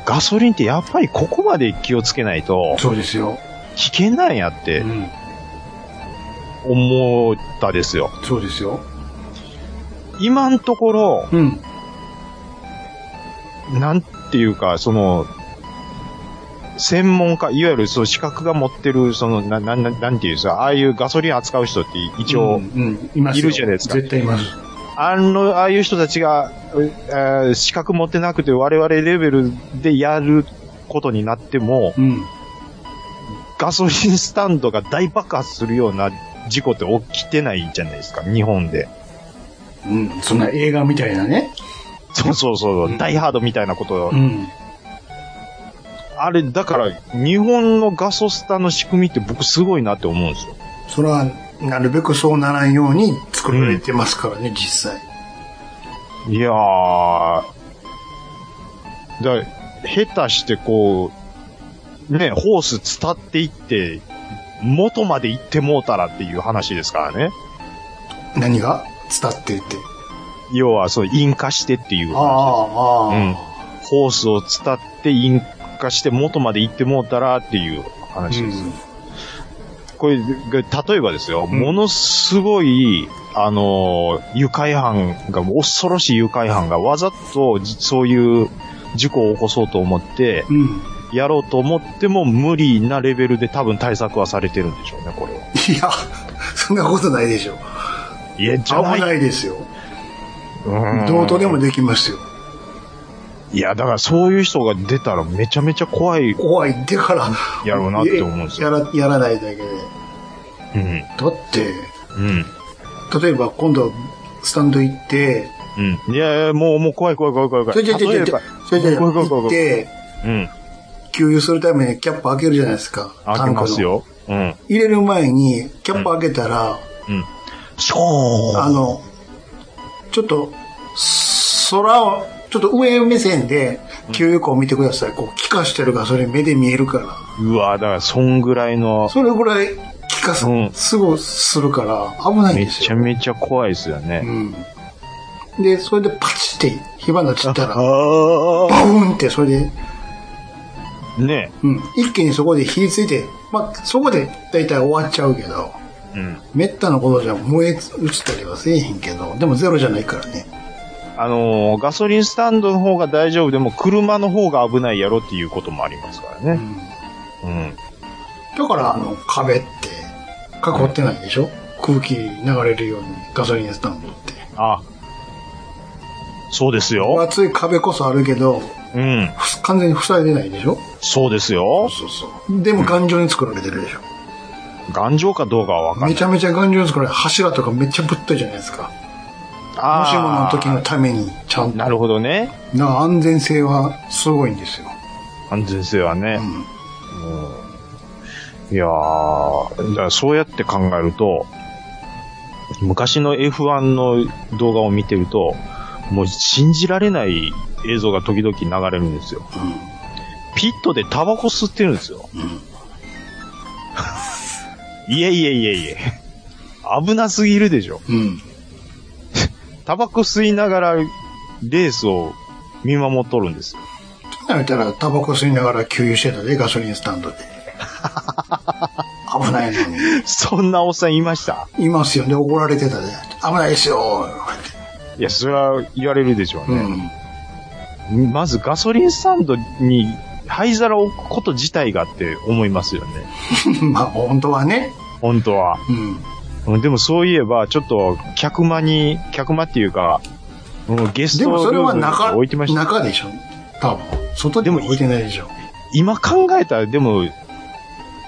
ガソリンってやっぱりここまで気をつけないと
そうですよ。
危険なんやっ
う
て
ん。
思ったですよ。
そうですよ。
今のところ、
うん。
なんていうか、その、専門家、いわゆるその資格が持ってる、その、な、な、ななんていうんですか、ああいうガソリン扱う人って一応、
うんうん、いますよ
いるじゃないですか
絶対います。
あの、ああいう人たちが、うえー資格持ってなくて我々レベルでやることになっても、
うん。
ガソリンスタンドが大爆発するような事故って起きてないじゃないですか、日本で。
うん。そんな映画みたいなね。
そうそうそう、
うん
ダイハードみたいなこと、
うん。
あれ、だから、日本のガソスタの仕組みって僕すごいなって思うんですよ。
それは、なるべくそうならんように作られてますからね、実際。
いやー、だ下手してこう、ね、ホース伝っていって、元まで行ってもうたらっていう話ですからね。
何が伝っていて。
要は、そう、引火してっていう
ああ、ああ。
うんホースを伝って引火して元まで行ってもうたらっていう話です。これ、が例えばですよ、
ん
ものすごい、あのー、誘拐犯が、恐ろしい誘拐犯がわざとじそういう事故を起こそうと思って、
うん。うん。
やろうと思っても無理なレベルで多分対策はされてるんでしょうね、これは。
いや、そんなことないでしょ。
いや、じ
危
ゃない。
ないですよ。
うん
どうとでもできますよ。
いや、だからそういう人が出たらめちゃめちゃ怖い。
怖いってから。
やろうなって思うんですよ
やら、やらないだけで。
うん。
だって、
うん。
例えば今度、スタンド行って、
うん。いやいや、もう、もう怖い怖い怖い怖い怖
ちょ
い。
いちょいちょいちょい、ちょいちょい
怖い怖い怖
行
い怖
っ
い
て、
うん。
給油するためにキャップ開けるじゃないですか。
開けますよ。うん。
入れる前に、キャップ開けたら、
うん。ショーン
あの、ちょっと、空を、ちょっと上目線で、給油口を見てください。こう、気化してるから、それ目で見えるから。
うわだから、そんぐらいの、
それぐらい、気化す、
うん
すぐするから、危ないん
め
です
ち
よ
ゃ。めちゃ怖いですよ
う
ね。
ん。で、それでパチって火花散った
あ
ら、
あ
バーンって、それで、
ね
うん、一気にそこで火ついて、まあ、そこで大体終わっちゃうけど、
うん。
めったなことじゃ燃え移ったりはせえへんけど、でもゼロじゃないからね。
あのーガソリンスタンドの方が大丈夫でも、車の方が危ないやろっていうこともありますから
う
ね。
ん。
うん。
だから、あの、壁って、囲ってないでしょ空気流れるようにガソリンスタンドって。
あ、そうです
分
よ。
厚い壁こそあるけど、
うん。
ふ完全に塞いでないでしょ
そうですよ。
そうそう。でも頑丈に作られてるでしょ、
頑丈かどうかはわかん
め
ない。
ちゃめちゃ頑丈に作られて、柱とかめっちゃぶっといじゃないですか。もしもの時のために、ちゃんと。
なるほどね。
だから安全性はすごいんですよ。
安全性はね。うんいやー、だからそうやって考えると、昔の F1 の動画を見てると、もう信じられない映像が時々流れるんですよ。ピットでタバコ吸ってるんですよ。 いえいえいえいえ。危なすぎるでしょ。
うん。
タバコ吸いながらレースを見守っとるんですよ。
やめたら、タバコ吸いながら給油してたで、ガソリンスタン ドで。危ないのに。
そんなおっさんいました
いますよね。怒られてたで。危ないですよ。っ
いや、それは言われるでしょう
てう
ね。
ん。
まずガソリンスタンドに灰皿を置くこと自体がって思いますよね。
まあ、本当はね。
本当は。
うん。
でもそういえば、ちょっと客間に、客間っていうか、うんゲス
で
トル
もそれは
ーム
中、
に置いてました。
中でしょ。多分。外でも置いてないでしょ。
今考えたら、でも、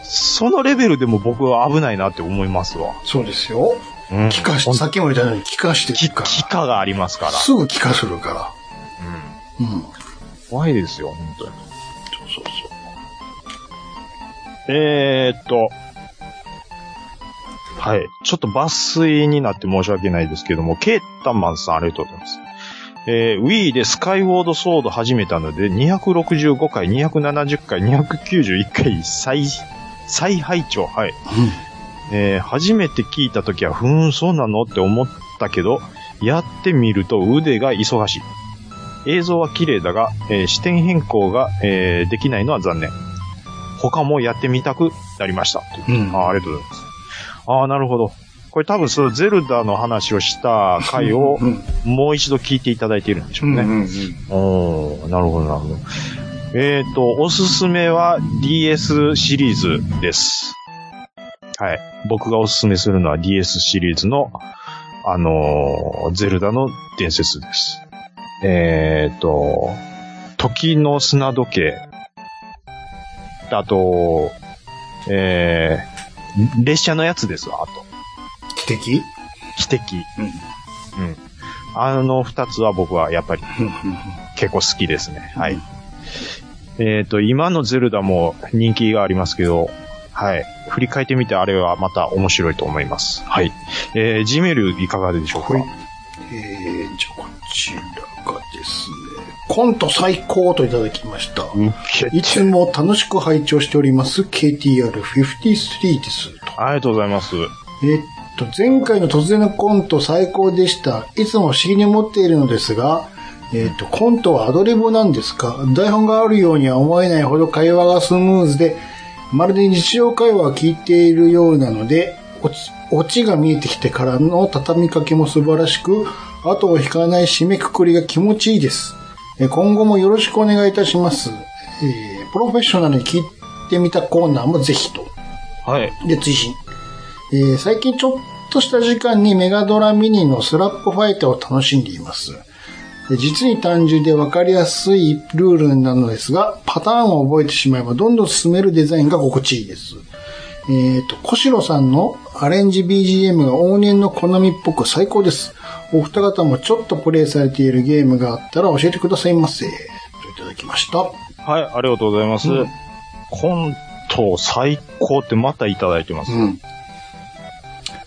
そのレベルでも僕は危ないなって思いますわ。
そうですよ。
うん
気化して、さっきも言ったように気化して
き
るか
気化がありますから
ら。。すぐ気化するから。うん。
怖いですよ、本当
そう
に。
そうそう。
えーっと、はい。ちょっと抜粋になって申し訳ないですけども、ケータンマンさんありがとうございます。えー、Wii でスカイウォードソード始めたので、265回、270回、291回、再、再拝聴はい。えー初めて聞いた時は、ふーん、そうなのって思ったけど、やってみると腕が忙しい。映像は綺麗だが、えー視点変更が、えーできないのは残念。他もやってみたくなりました。
うん。
あーありがとうございます。ああ、なるほど。これ多分そのゼルダの話をした回を
うん。
もう一度聞いていただいているんでしょ
う。
うんね。
うん。
おーなるほど、なるほど。えっ、と、おすすめは DS シリーズです。はい。僕がおすすめするのは DS シリーズの、あのーゼルダの伝説です。えっ、と、時の砂時計。あと、えー、列車のやつですわ、あと。
奇跡
汽笛。うん。あの二つは僕はやっぱり
うん。
結構好きですね。はい。えっ、と、今のゼルダも人気がありますけど、はい。振り返ってみてあれはまた面白いと思います。はい。えー、ジメルいかがでしょうか
はいえー、じゃあこちらがですね、コント最高といただきました。
うっけ
いつも楽しく拝聴しております KTR53 ですと。
ありがとうございます。
えっと、前回の突然のコント最高でした。いつも不思議に思っているのですが、えっと、コントはアドリブなんですか台本があるようには思えないほど会話がスムーズで、まるで日常会話を聞いているようなので、オチオチが見えてきてからの畳みかけも素晴らしく、後を引かない締めくくりが気持ちいいです。えー今後もよろしくお願いいたします。えープロフェッショナルに聞いてみたコーナーもぜひと。
はい。
で、追伸。えー最近ちょっとした時間にメガドラミニのスラップファイターを楽しんでいます。で実に単純で分かりやすいルールなのですが、パターンを覚えてしまえばどんどん進めるデザインが心地いいです。えっ、と、小城さんのアレンジ BGM が往年の好みっぽく最高です。お二方もちょっとプレイされているゲームがあったら教えてくださいませ。といただきました。
はい、ありがとうございます。
うん
コント最高ってまたいただいてます。
うん。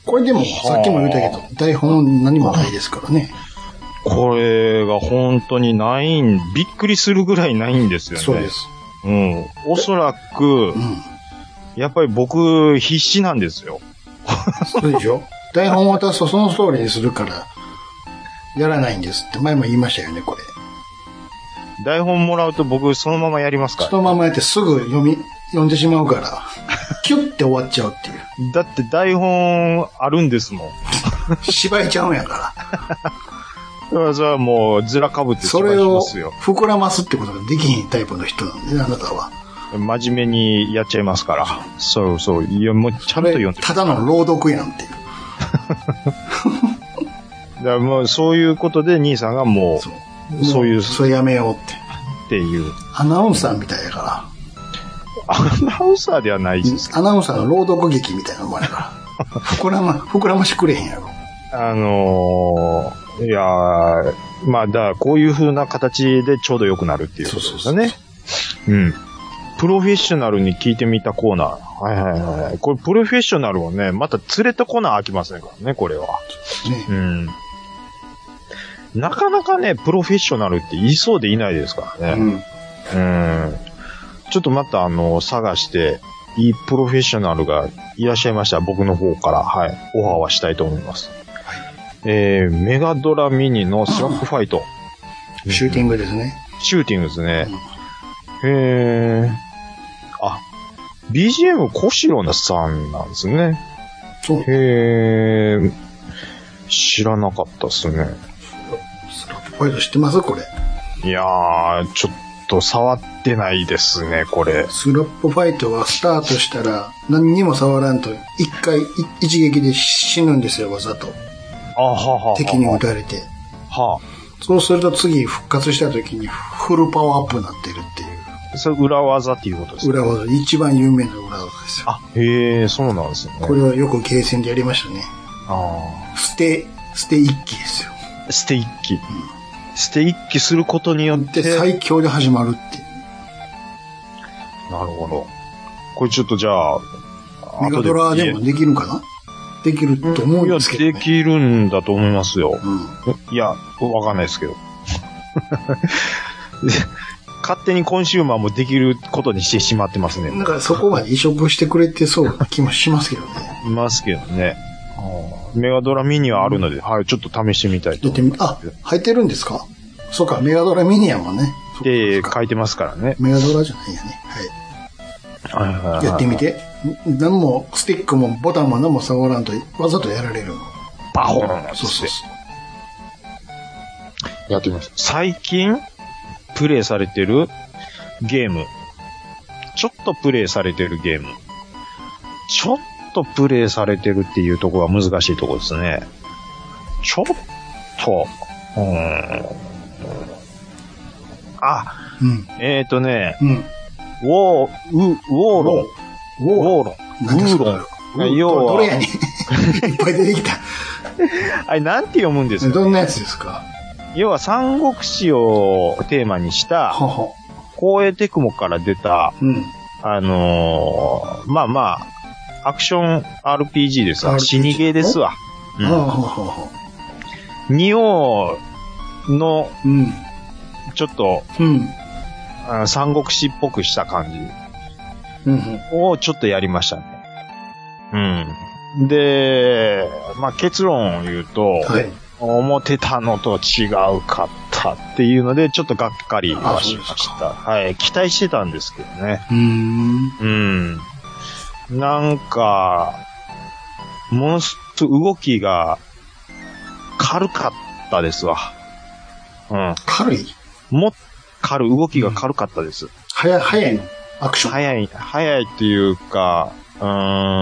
これでも、さっきも言ったけど、台本何もないですからね。
これが本当にないん、びっくりするぐらいないんですよね。
そうで。す。
うん。おそらく
う、ん。
やっぱり僕、必死なんですよ。
そうでしょ台本渡すとその通りにするから、やらないんですって前も言いましたよね、これ。
台本もらうと僕、そのままやりますか
そのままやってすぐ読み、読んでしまうから、キュッて終わっちゃうっていう。
ら。だって台本あるんですもん。
芝居ちゃうんやから。
だからそれはもう、ずらかぶって
そ
芝居
れ
しま
を
すよ。
膨らますってことができひんタイプの人なんで、あなたは。
真面目にやっちゃいますから。そうそう。いや、もうちゃんと読んで
ただの朗読やんっていう。
だからもう、そういうことで兄さんがもう、
う
そういう
もそれやめようって。
っていう。
アナウンサーみたいやから。
アナウンサーではないですけ
アナウンサーの朗読劇みたいなのもある から。膨らま、膨らましてくれへんやろ。
ど。あのー、いやー、まあ、だからこういう風な形でちょうど良くなるっていうことですね。
そうそうそう
うん。プロフェッショナルに聞いてみたコーナー。はいはいはいはい。これプロフェッショナルをね、また連れてこなあきませんからね、これは。
ね
う。ん。なかなかね、プロフェッショナルって言いそうでいないですからね。
うん。
うん。ちょっとまたあの、探して、いいプロフェッショナルがいらっしゃいましたら、僕の方から、はい、オファーはしたいと思います。えー、メガドラミニのスラックファイト。
シューティングですね。
シューティングですね。へえ。あ、BGM 小城なさんなんですね。
そう。
へえ。知らなかったですね。
スラップファイト知ってますこれ。
いやー、ちょっと触ってないですね、これ。
スラップファイトはスタートしたら何にも触らんと一回い一撃で死ぬんですよ、わざと。
あははは。
敵に撃たれて。
は
そうすると次復活した時にフルパワーアップになってるってい
あ。それ裏技っていうことです
う
ね。
裏技、一番有名な裏技ですよ。
あ、へえ、そうなんですね。
これはよくゲーセンでやりましたね。
あ
捨て、捨て一気ですよ。
ーステイッキ。ステイッキすることによって。
で、最強で始まるっていう。
なるほど。これちょっとじゃあ、
メガドラでも
後で
できるかなできると思うん
いや、
ですけど、ね。
できるんだと思いますよ。
うん。
いや、わかんないですけど。 勝手にコンシューマーもできることにしてしまってますね。
なんかそこまで移植してくれてそうな気もしますけどね。
いますけどね。メガドラミニはあるので、はい、ちょっと試してみたい
だ
と
っ。て、あ、入ってるんですかそうか、メガドラミニアもね。
で、
そうか
書いてますからね。
メガドラじゃないやね。
はいはいは
はいい。やってみて。ん何も、スティックもボタンも何も触らんと、わざとやられるの。
バホーンっつって
そうそうそう。
やってみました。最近、プレイされてるゲーム。ちょっとプレイされてるゲーム。ちょっとプレイされてるっていうところが難しいところですね。ちょっと、うーん。あ、
うん。
えっ、ー、とね、
うん。
ウォー、ウ、ウォーロン。ウォーロン。ウ
何です
ー
か
ロン。
うん
要は
どれや ねん。いっぱい出てきた。
あれ、なんて読むんですか
どんなやつですか
要は、三国志をテーマにした、
はは。
光栄テクモから出た、
うん。
あのーまあまあ、アクション RPG ですわ。
RPG
死にゲーですわ。
あははは。
ニオの、
うん。
ちょっと、
うん。
あ三国志っぽくした感じ
うん。
をちょっとやりましたね。うん。で、まあ結論を言うと、
はい。
思ってたのと違うかったっていうので、ちょっとがっかりはしました。はい。期待してたんですけどね。
うーん。
うん。なんか、ものす動きが軽かったですわ。うん。
軽い
もっ軽、動きが軽かったです。
早い、早いの。アクション。
早い、早いっていうか、う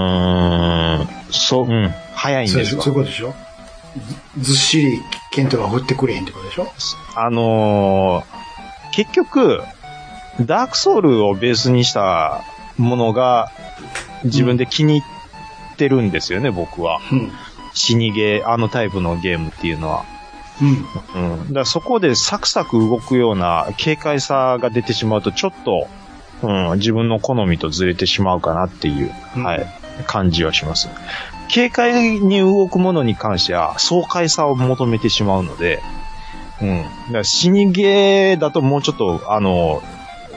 ーん、そう、うん、早いん
そう
で
です
すわ
そういう。ことでしょずずっしり剣とか振ってくれへんってことでしょ
あのー結局、ダークソウルをベースにしたものが自分で気に入ってるんですよね、僕は。
うん。
死にゲー、あのタイプのゲームっていうのは。
うん。
うん。だからそこでサクサク動くような軽快さが出てしまうと、ちょっと、うん、自分の好みとずれてしまうかなっていう、
うん
はい、感じはします。軽快に動くものに関しては、爽快さを求めてしまうので、うん。だから死にゲーだともうちょっと、あの、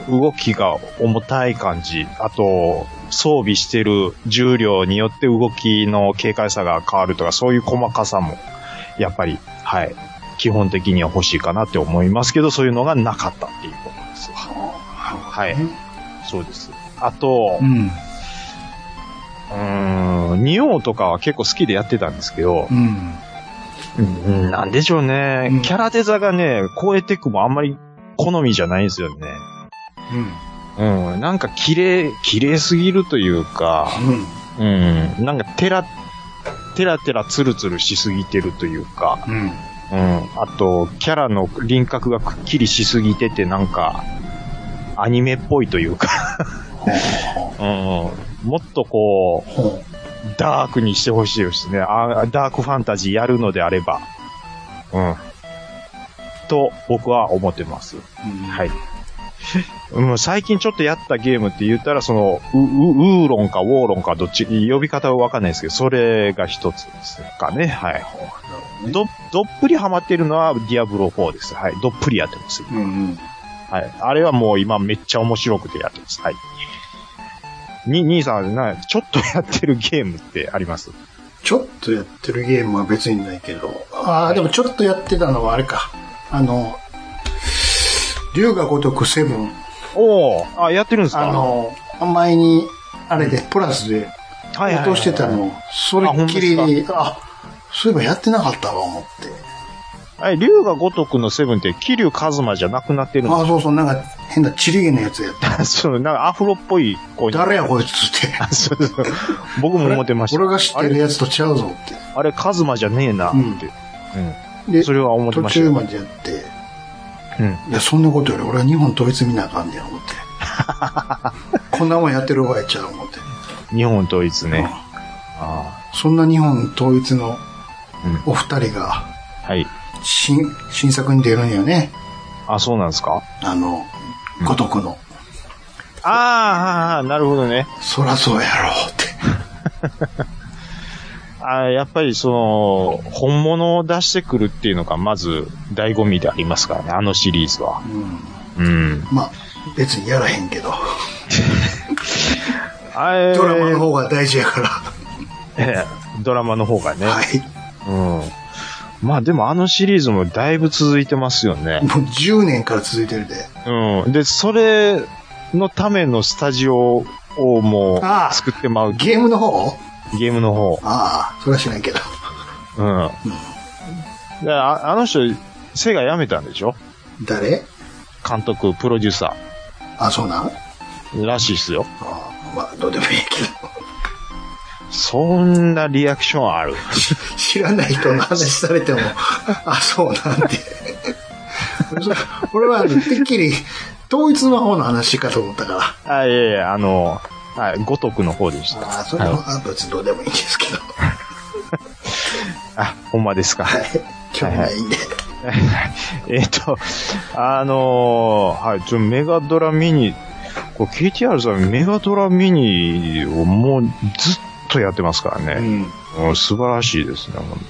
動きが重たい感じ、あと、装備してる重量によって動きの軽快さが変わるとか、そういう細かさも、やっぱり、はい、基本的には欲しいかなって思いますけど、そういうのがなかったっていうことですわ。はい。そうです。あと、う
うん。
ーん、仁王とかは結構好きでやってたんですけど
う、ん。
うんなんでしょうね、
うん
キャラデザがね、超えてくもあんまり好みじゃないんですよね。
うん。
うん、なんか綺麗、綺麗すぎるというか、
うん。
うん、なんかテラ、テラテラツルツルしすぎてるというか、
うん。
うん。あと、キャラの輪郭がくっきりしすぎてて、なんか、アニメっぽいと いうか、うん、もっとこう、
ほ
ダークにしてほしいですねあ。ダークファンタジーやるのであれば。うん。と、僕は思ってます。
う。うん
はい。 うん、最近ちょっとやったゲームって言ったら、その、ウウウーロンかウォーロンかどっち、呼び方はわかんないですけど、それが一つですかね。はい。ど、どっぷりハマってるのはディアブロ4です。はい。どっぷりやってます。
うんうん。
はい。あれはもう今めっちゃ面白くてやってます。はい。に、兄さん、な、ちょっとやってるゲームってあります
ちょっとやってるゲームは別にないけど。ああ、でもちょっとやってたのはあれか。あの、竜が如くセブン。
おー、あ、やってるんですか
あ、の、前に、あれで、プラスで
はいはいはい
落としてた。の。それっき
あほんま
り、あ、そういえばやってなかったわ、思って。
はい。竜が如くのセブンって、桐生一馬じゃなくなってるんです
あ、そうそう、なんか変なチリゲのやつやった。
か そう、なんかアフロっぽい子に
誰やこいつって。
そうそう。僕も思ってました。
俺が知ってるやつとちゃうぞって。
あれ、カズマじゃねえな、って。う
うんん。で、
それは思って
途
ました
中
よ。
までやって、
うん。
いや、そんなことより俺は日本統一見なあかんねん、思 って。こんなもんやってる場合ちゃう、思って。
日本統一ね。
うん
あ
そんな日本統一の
うん
お二人が、
あ。はい。
新、新作に出るんよね。
あ、そうなんですか
あの、五徳の。
ああ、なるほどね。
そらそうやろうって。
あやっぱりその、本物を出してくるっていうのがまず醍醐味でありますからね、あのシリーズは。うん。
まあ、別にやらへんけど、
あえー
ドラマの方が大事やから。は
ええ ドラマの方がね。
い。
うん。まあでもあのシリーズもだいぶ続いてますよね。
もう10年から続いてるで。
うん。で、それのためのスタジオをも
ああ
う作ってまう
ゲームの方
ゲームの方。
ああ、それは知らんけど。
うん。でああの人、セガ辞めたんでしょ
誰
監督、プロデューサ
あ、そうなんあ
ーらしいっすよ。
あまあ、どうでもいいけど。
そんなリアクションある。
知らない人の話されても、あ、そうなんで。 俺は、てっきり、統一の方の話かと思ったから。
あ、いえいえ、あの、はい、五徳の方でした。
ああ、それ
はい
は、あ別にどうでもいいんですけど。
あ、ほんまですか。
興味ないんで。
えっと、あのーはい、ちょ、メガドラミニ、これ KTR さんメガドラミニをもうずっとやってますからね。うん、素晴らしいですね、本当に。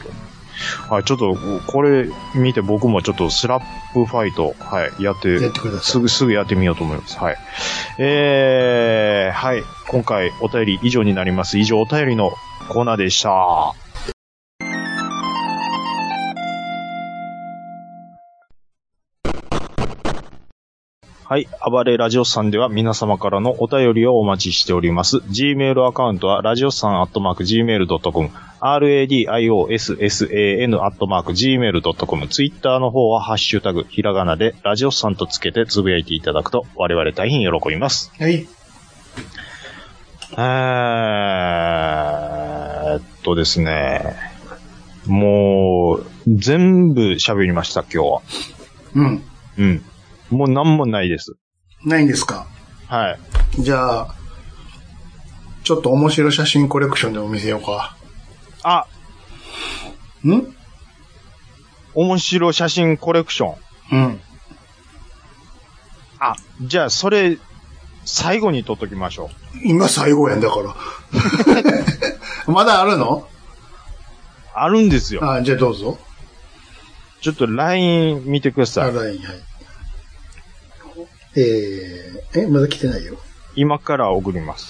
はい、ちょっと、これ見て僕もちょっとスラップファイト、はい、やって、
やってください
すぐ、すぐやってみようと思います。はい。えー、はい、今回お便り以上になります。以上お便りのコーナーでした。はい。暴れラジオさんでは皆様からのお便りをお待ちしております。Gmail アカウントは、ラジオさんアットマーク Gmail.com、radiossan アットマーク Gmail.com、Twitter の方は、ハッシュタグ、ひらがなで、ラジオさんとつけてつぶやいていただくと、我々大変喜びます。
はい。
えーっとですね。もう、全部喋りました、今日は。
うん。
うん。もう何もないです。
ないんですか
はい。
じゃあ、ちょっと面白写真コレクションでも見せようか。
あ、
ん
面白写真コレクショ
う
ン。
ん。
あ、じゃあそれ、最後に撮っときましょう。
今最後やんだから。 まだあるの
あるんですよ。
あ、じゃあどうぞ。
ちょっと LINE 見てくだ
あ、
さい。
ライン、はい。えー、え、まだ来てないよ。
今から送ります。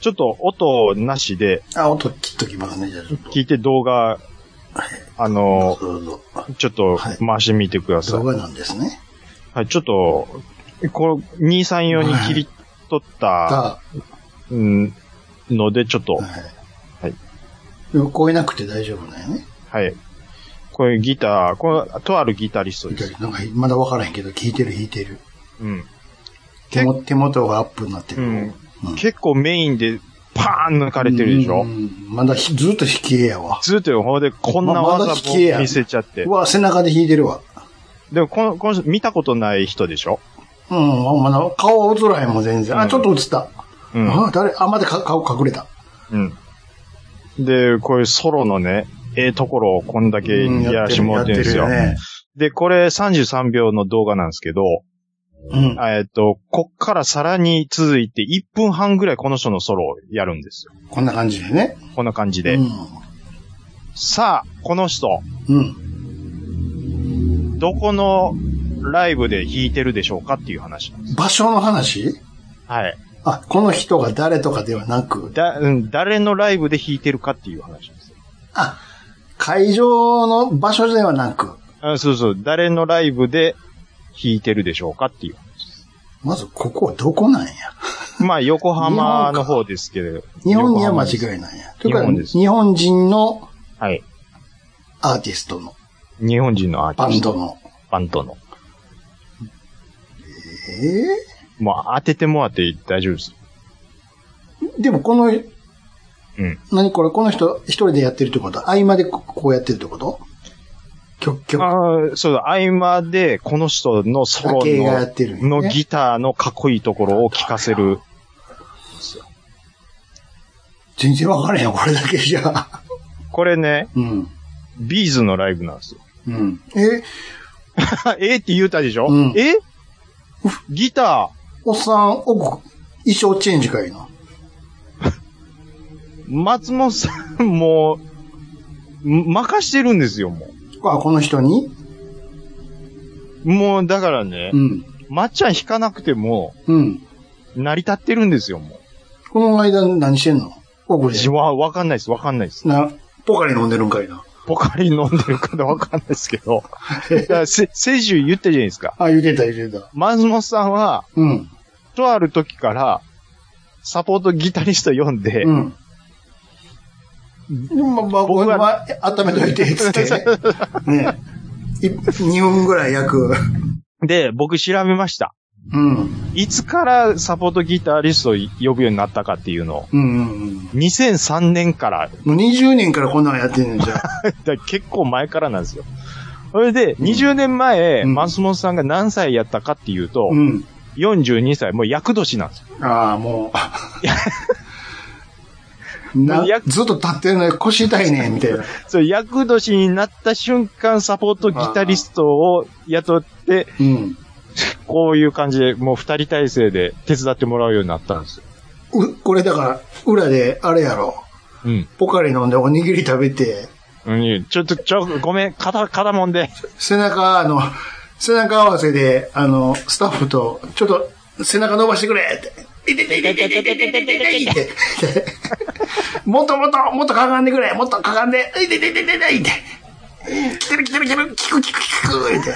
ちょっと音なしで
あ、音切っときますね、じゃあちょっと。
聞いて動画、あの、
どうぞ。
ちょっと回してみてください。
動
はい、
画なんですね。
ちょっと、これ、23用に切り取った、
あ、
うんので、ちょっと、
は。
はいい
聞こえなくて大丈夫だよね。
はい。これギター、これ、とあるギタリストです。
なんかまだわからへんけど、聞いてる弾いてる。
うん。
手も手元がアップになってる。
うん
うん
結構メインで、パーン抜かれてるでしょ、
うんまだひずっと引き絵やわ。
ずっとよ、ほんで、こんな
まま
技
だ引けや
も見せちゃって
う。わ、背中で弾いてるわ。
でも、この、この人、見たことない人でしょ
うん、まだ顔は映らへんもん全然。
う
あ、
ん
ちょっと映った。
うん。
あ、誰あ、まだか顔隠れた。
うん。で、こういうソロのね、ええところをこんだけ
うん
やらしてもらってるんですよ。
やって
で、これ33秒の動画なんですけど、
るよね。
えっと、こっからさらに続いて1分半ぐらいこの人のソロをやるんですよ。
うん。こんな感じでね。
こんな感じで。
う
さあ、この人、
ん。うん。
どこのライブで弾いてるでしょうかっていう話なんです。
場所の話
はい。
あ、この人が誰とかではなく、
だ、うん、誰のライブで弾いてるかっていう話です。
あ、会場の場所ではなく、
あそうそう。誰のライブで弾いてるでしょうかっていう。
まずここはどこなんや。
まあ、横浜の方ですけど。
日本には間
い。
違いないや。とい
日
うか、
本です
日本人の
はい。
アーティストの、
日本人のアーテ
バン
ィスト。
ドの。
バンドの。
ええ
もう当ててもらって大丈夫です。
でもこの、
うん。
何これ、この人一人でやってるってこと合間でここうやってるってこと曲、曲、
ああ、そうだ。合間で、この人のソロ
だけがやっ
の、
てるんやね
のギターのかっこいいところを聴かせる。
全然わからへんよ、これだけじゃ。
これね、
うん。
ビーズのライブなんですよ。
うん。え、
えって言うたでしょ、
うん
えギタ
おっさん、お衣装チェンジかいな。
ー、松本さん、もう、任してるんですよ、も
あ、この人に
う。もう、だからね
う、ん。
まっちゃん引かなくても、
うん。
成り立ってるんですよ、も
この間何してんのおこ
う。じわ、わかんないです、わかんないです。
な、ポカリ飲んでるんかいな。
ポカリ飲んでるからわかんないですけど。だからせ、せいじゅう言ったじゃないですか。
あ、言うてた言うてた。
松本さんは、
うん。
とある時から、サポートギタリスト読んで、
うん。まあ、まあ、
僕
僕
は
は温めといて、つって ね。ね。い2分ぐらい焼く。
で、僕調べました。
うん。
いつからサポートギタリストを呼ぶようになったかっていうのを。
うんうんうん。
2003年から、
もう20年からこんなのやってんねん、じゃあ。
だ結構前からなんですよ。それで、20年前、
うん
松本さんが何歳やったかっていうと、
うん。
42歳、もう役年なんですよ。
ああ、もう。ない
や
ずっと立ってるのに腰痛いね、みたいな。
それ役年になった瞬間、サポートギタリストを雇って、
うん。
こういう感じで、もう二人体制で手伝ってもらうようになったんですよ。
うこれだから、裏で、あれやろ。
うん。
ポカリ飲んでおにぎり食べて、
うん、ちょっと、ちょ、ごめん、肩、肩もんで。
背中、あの、背中合わせで、あの、スタッフと、ちょっと、背中伸ばしてくれって。いててててててててててててもっともっと、もっとかがんでくれもっとかがんで、いててててていて。来てる来てる来てる、聞く聞く聞く言うて。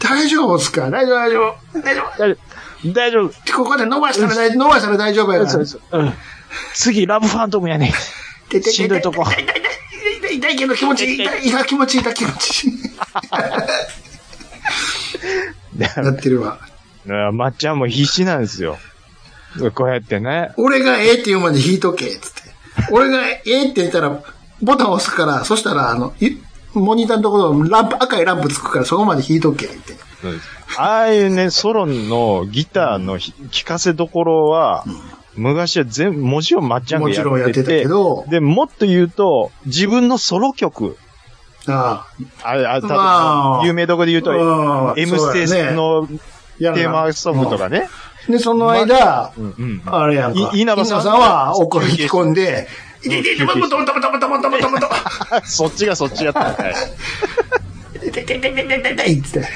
大丈夫っすか大丈夫大丈夫。大丈夫。
大丈夫大丈夫。
ここで伸ばしたら大丈夫、伸ばしたら大丈夫やから。
うん次、ラブファントムやね。しんどいとこ
痛い痛い痛い痛い痛いけど気持ちいい。痛い痛い気持ちいい痛い気持ち いい。なってるわ。
うんまっちゃんも必死なんですよ。こうやってね。
俺がええって言うまで引いとけ、つって。俺がええって言ったら、ボタン押すから、そしたら、あの、いモニターのところ、ランプ、赤いランプつくから、そこまで引いとけ、って。
ああいうね、ソロのギターのひ聴かせどころは、昔は全部、もちろんまっちゃんが
もちろん
や
や
っ
っててた
て
け、ど、
で、もっと言うと、自分のソロ曲、
あ
あ、あ、
ま
た
あ
有名どこで言うと、
うん
M ス
そう
テ
やね
ス
あ、
のテーマソングとかね。
うん。で、その間、
うんうん
あれやんか。
い稲葉さん
は、お声引き込んで、いててて、もっともっともっともっともっともっともっと、
そっちがそっちやったんかい。
いててててててていって。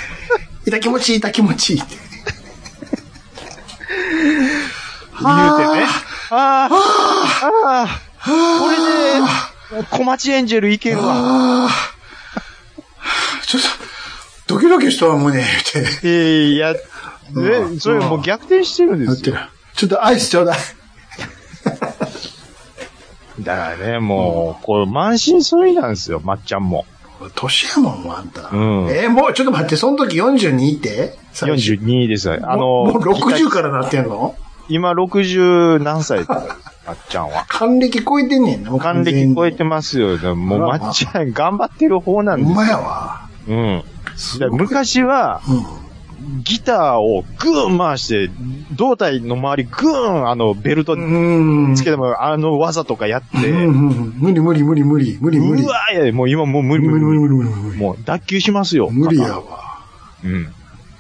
痛気持ちいい、痛気持ちいいって。
言うてね。ああ、ああ、これで、小町エンジェルいけるわ。
ちょっと、ドキドキしたわ、もうね、言うて。
えいや、ね
うん
それもう逆転してるんで
だっ
す
て
よ。、
ちょっとアイスちょうだい。
だからね、もう、こう、満身創痍なんですよ、まっちゃんも。
年やもん、もうあんた。
うん
えーもうちょっと待って、その時42って40
42ですよ。あ
あの、
の
もう、60からなってんの
今60何歳ですか、まっちゃんは。
還暦超えてんねんな、もう
還
完全
暦
に
超えてますよ。でももう、
あら
まっちゃん頑張ってる方な
うん
です。
まやわ。
うん。
す
だから
ごい
昔は、ギターをグーン回して、胴体の周りグーン、あの、ベルト
うん。うん。
つけても、あの技とかやって、
うん
う
うん無理無理無理無理無理無理。
わーいや、もう今もう無理
無
無
理
理
無理無理無理無理。
もう脱臼しますよ。
無理
ま
やわ。
た。うん。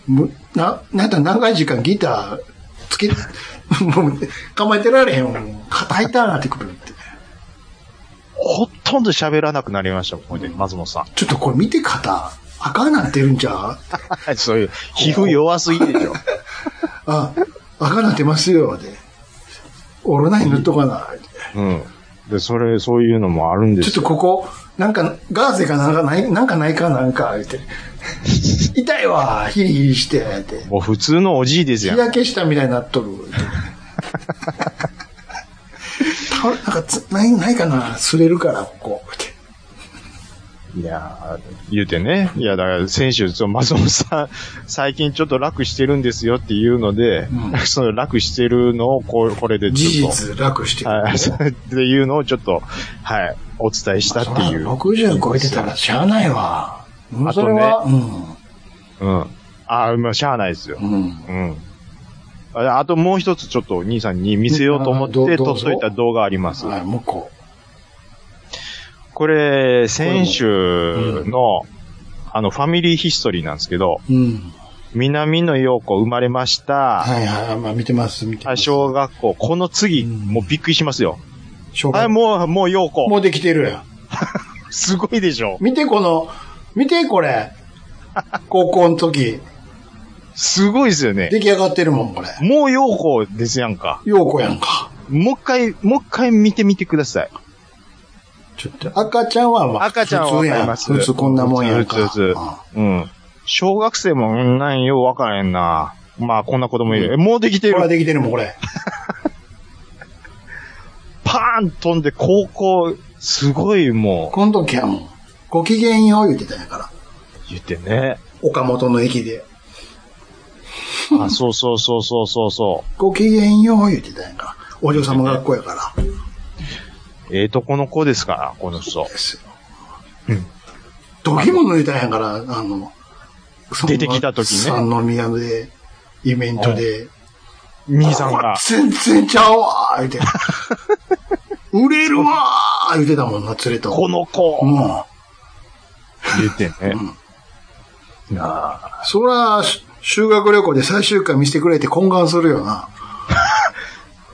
むな、なんだ長い時間ギターつけ、 もう、構えてられへんわ。もう肩痛なってくるって。
ほとんど喋らなくなりましたもん、ほんで、松本さ。
ちょっとこれ見て肩、赤なってるんちゃうん
そういう、皮膚弱すぎでしょ。
あ、赤なってますよ、で。オロナイン塗っとかな。
うん。で、それ、そういうのもあるんで
ちょっ
す
と
よ。
ここ、なんか、ガーゼかなんかない、なんかないかなんか、って。痛いわ、ヒリヒリして、って。
もう普通のおじいです
日
やん。
焼けしたみたいになっとる。ってタオルなんかつ、ない、ないかな、擦れるから、ここ。って
いやー言うてね。いや、だから先週、その松本さん、最近ちょっと楽してるんですよっていうので、
うん
その楽してるのをこう、これで
事
ちょっと。
実、楽してる。
はい、 それっていうのをちょっと、はい、お伝えしたっていう。
60超えてたらしゃあないわ。
あ
そ
と
れ
ね
は、
うん。ああ、まあ、しゃあないですよ
う。ん。うん。
うん。ああともう一つちょっと兄さんに見せようと思っ
うん
て
あど
撮
う
っ
ぞ
といた動画あります。
はい、もうこ
これ、先週の、あの、ファミリーヒストリーなんですけど、
う。うん。
南野陽子生まれました。
はいはい。まあ見てます、見てま
あ
す。
小学校。この次、
うん
もうびっくりしますよ。
小
はい、
学
もう、もう陽
校。
子。
もうできてるやん。
すごいでしょ。
見てこの、見てこ れ。高校の時、
すごいですよね。
出来上がってるもん、これ。
もう陽子ですやんか。
ようこやんか。
もう一回、もう一回見てみてください。
ちょっと、赤ちゃんはまあ
赤ちゃんは
普
わ
通
か
や
り
ん。
ます。
普通こんなもんやんか。
普通、普通。うん。小学生も、うん、なんよ、わからへんな。まあ、こんな子供いる。えもうできて
うんほら、
る。
できてるもん、これ。
パーン飛んで、高校、すごいも
この時はもう、ご機嫌よう言ってたんやから。
う、言って ね。
岡本の駅で。
あ、そうそうそうそうそうそ
ご機嫌よう言ってたんやから。お嬢様学校やから。
う。ええとこの子ですから、この人。
ですよ。うん。時も抜いたんやから、あの、その
出てきた時ね
三宮で、イベントで、
兄さん
こ
が
こ。全然ちゃうわ ー言うて。売れるわー言うてたもんな、連れと。
この子
うん。
言ってね。
そら、し修学旅行で最終回見せてくれって懇願するよな。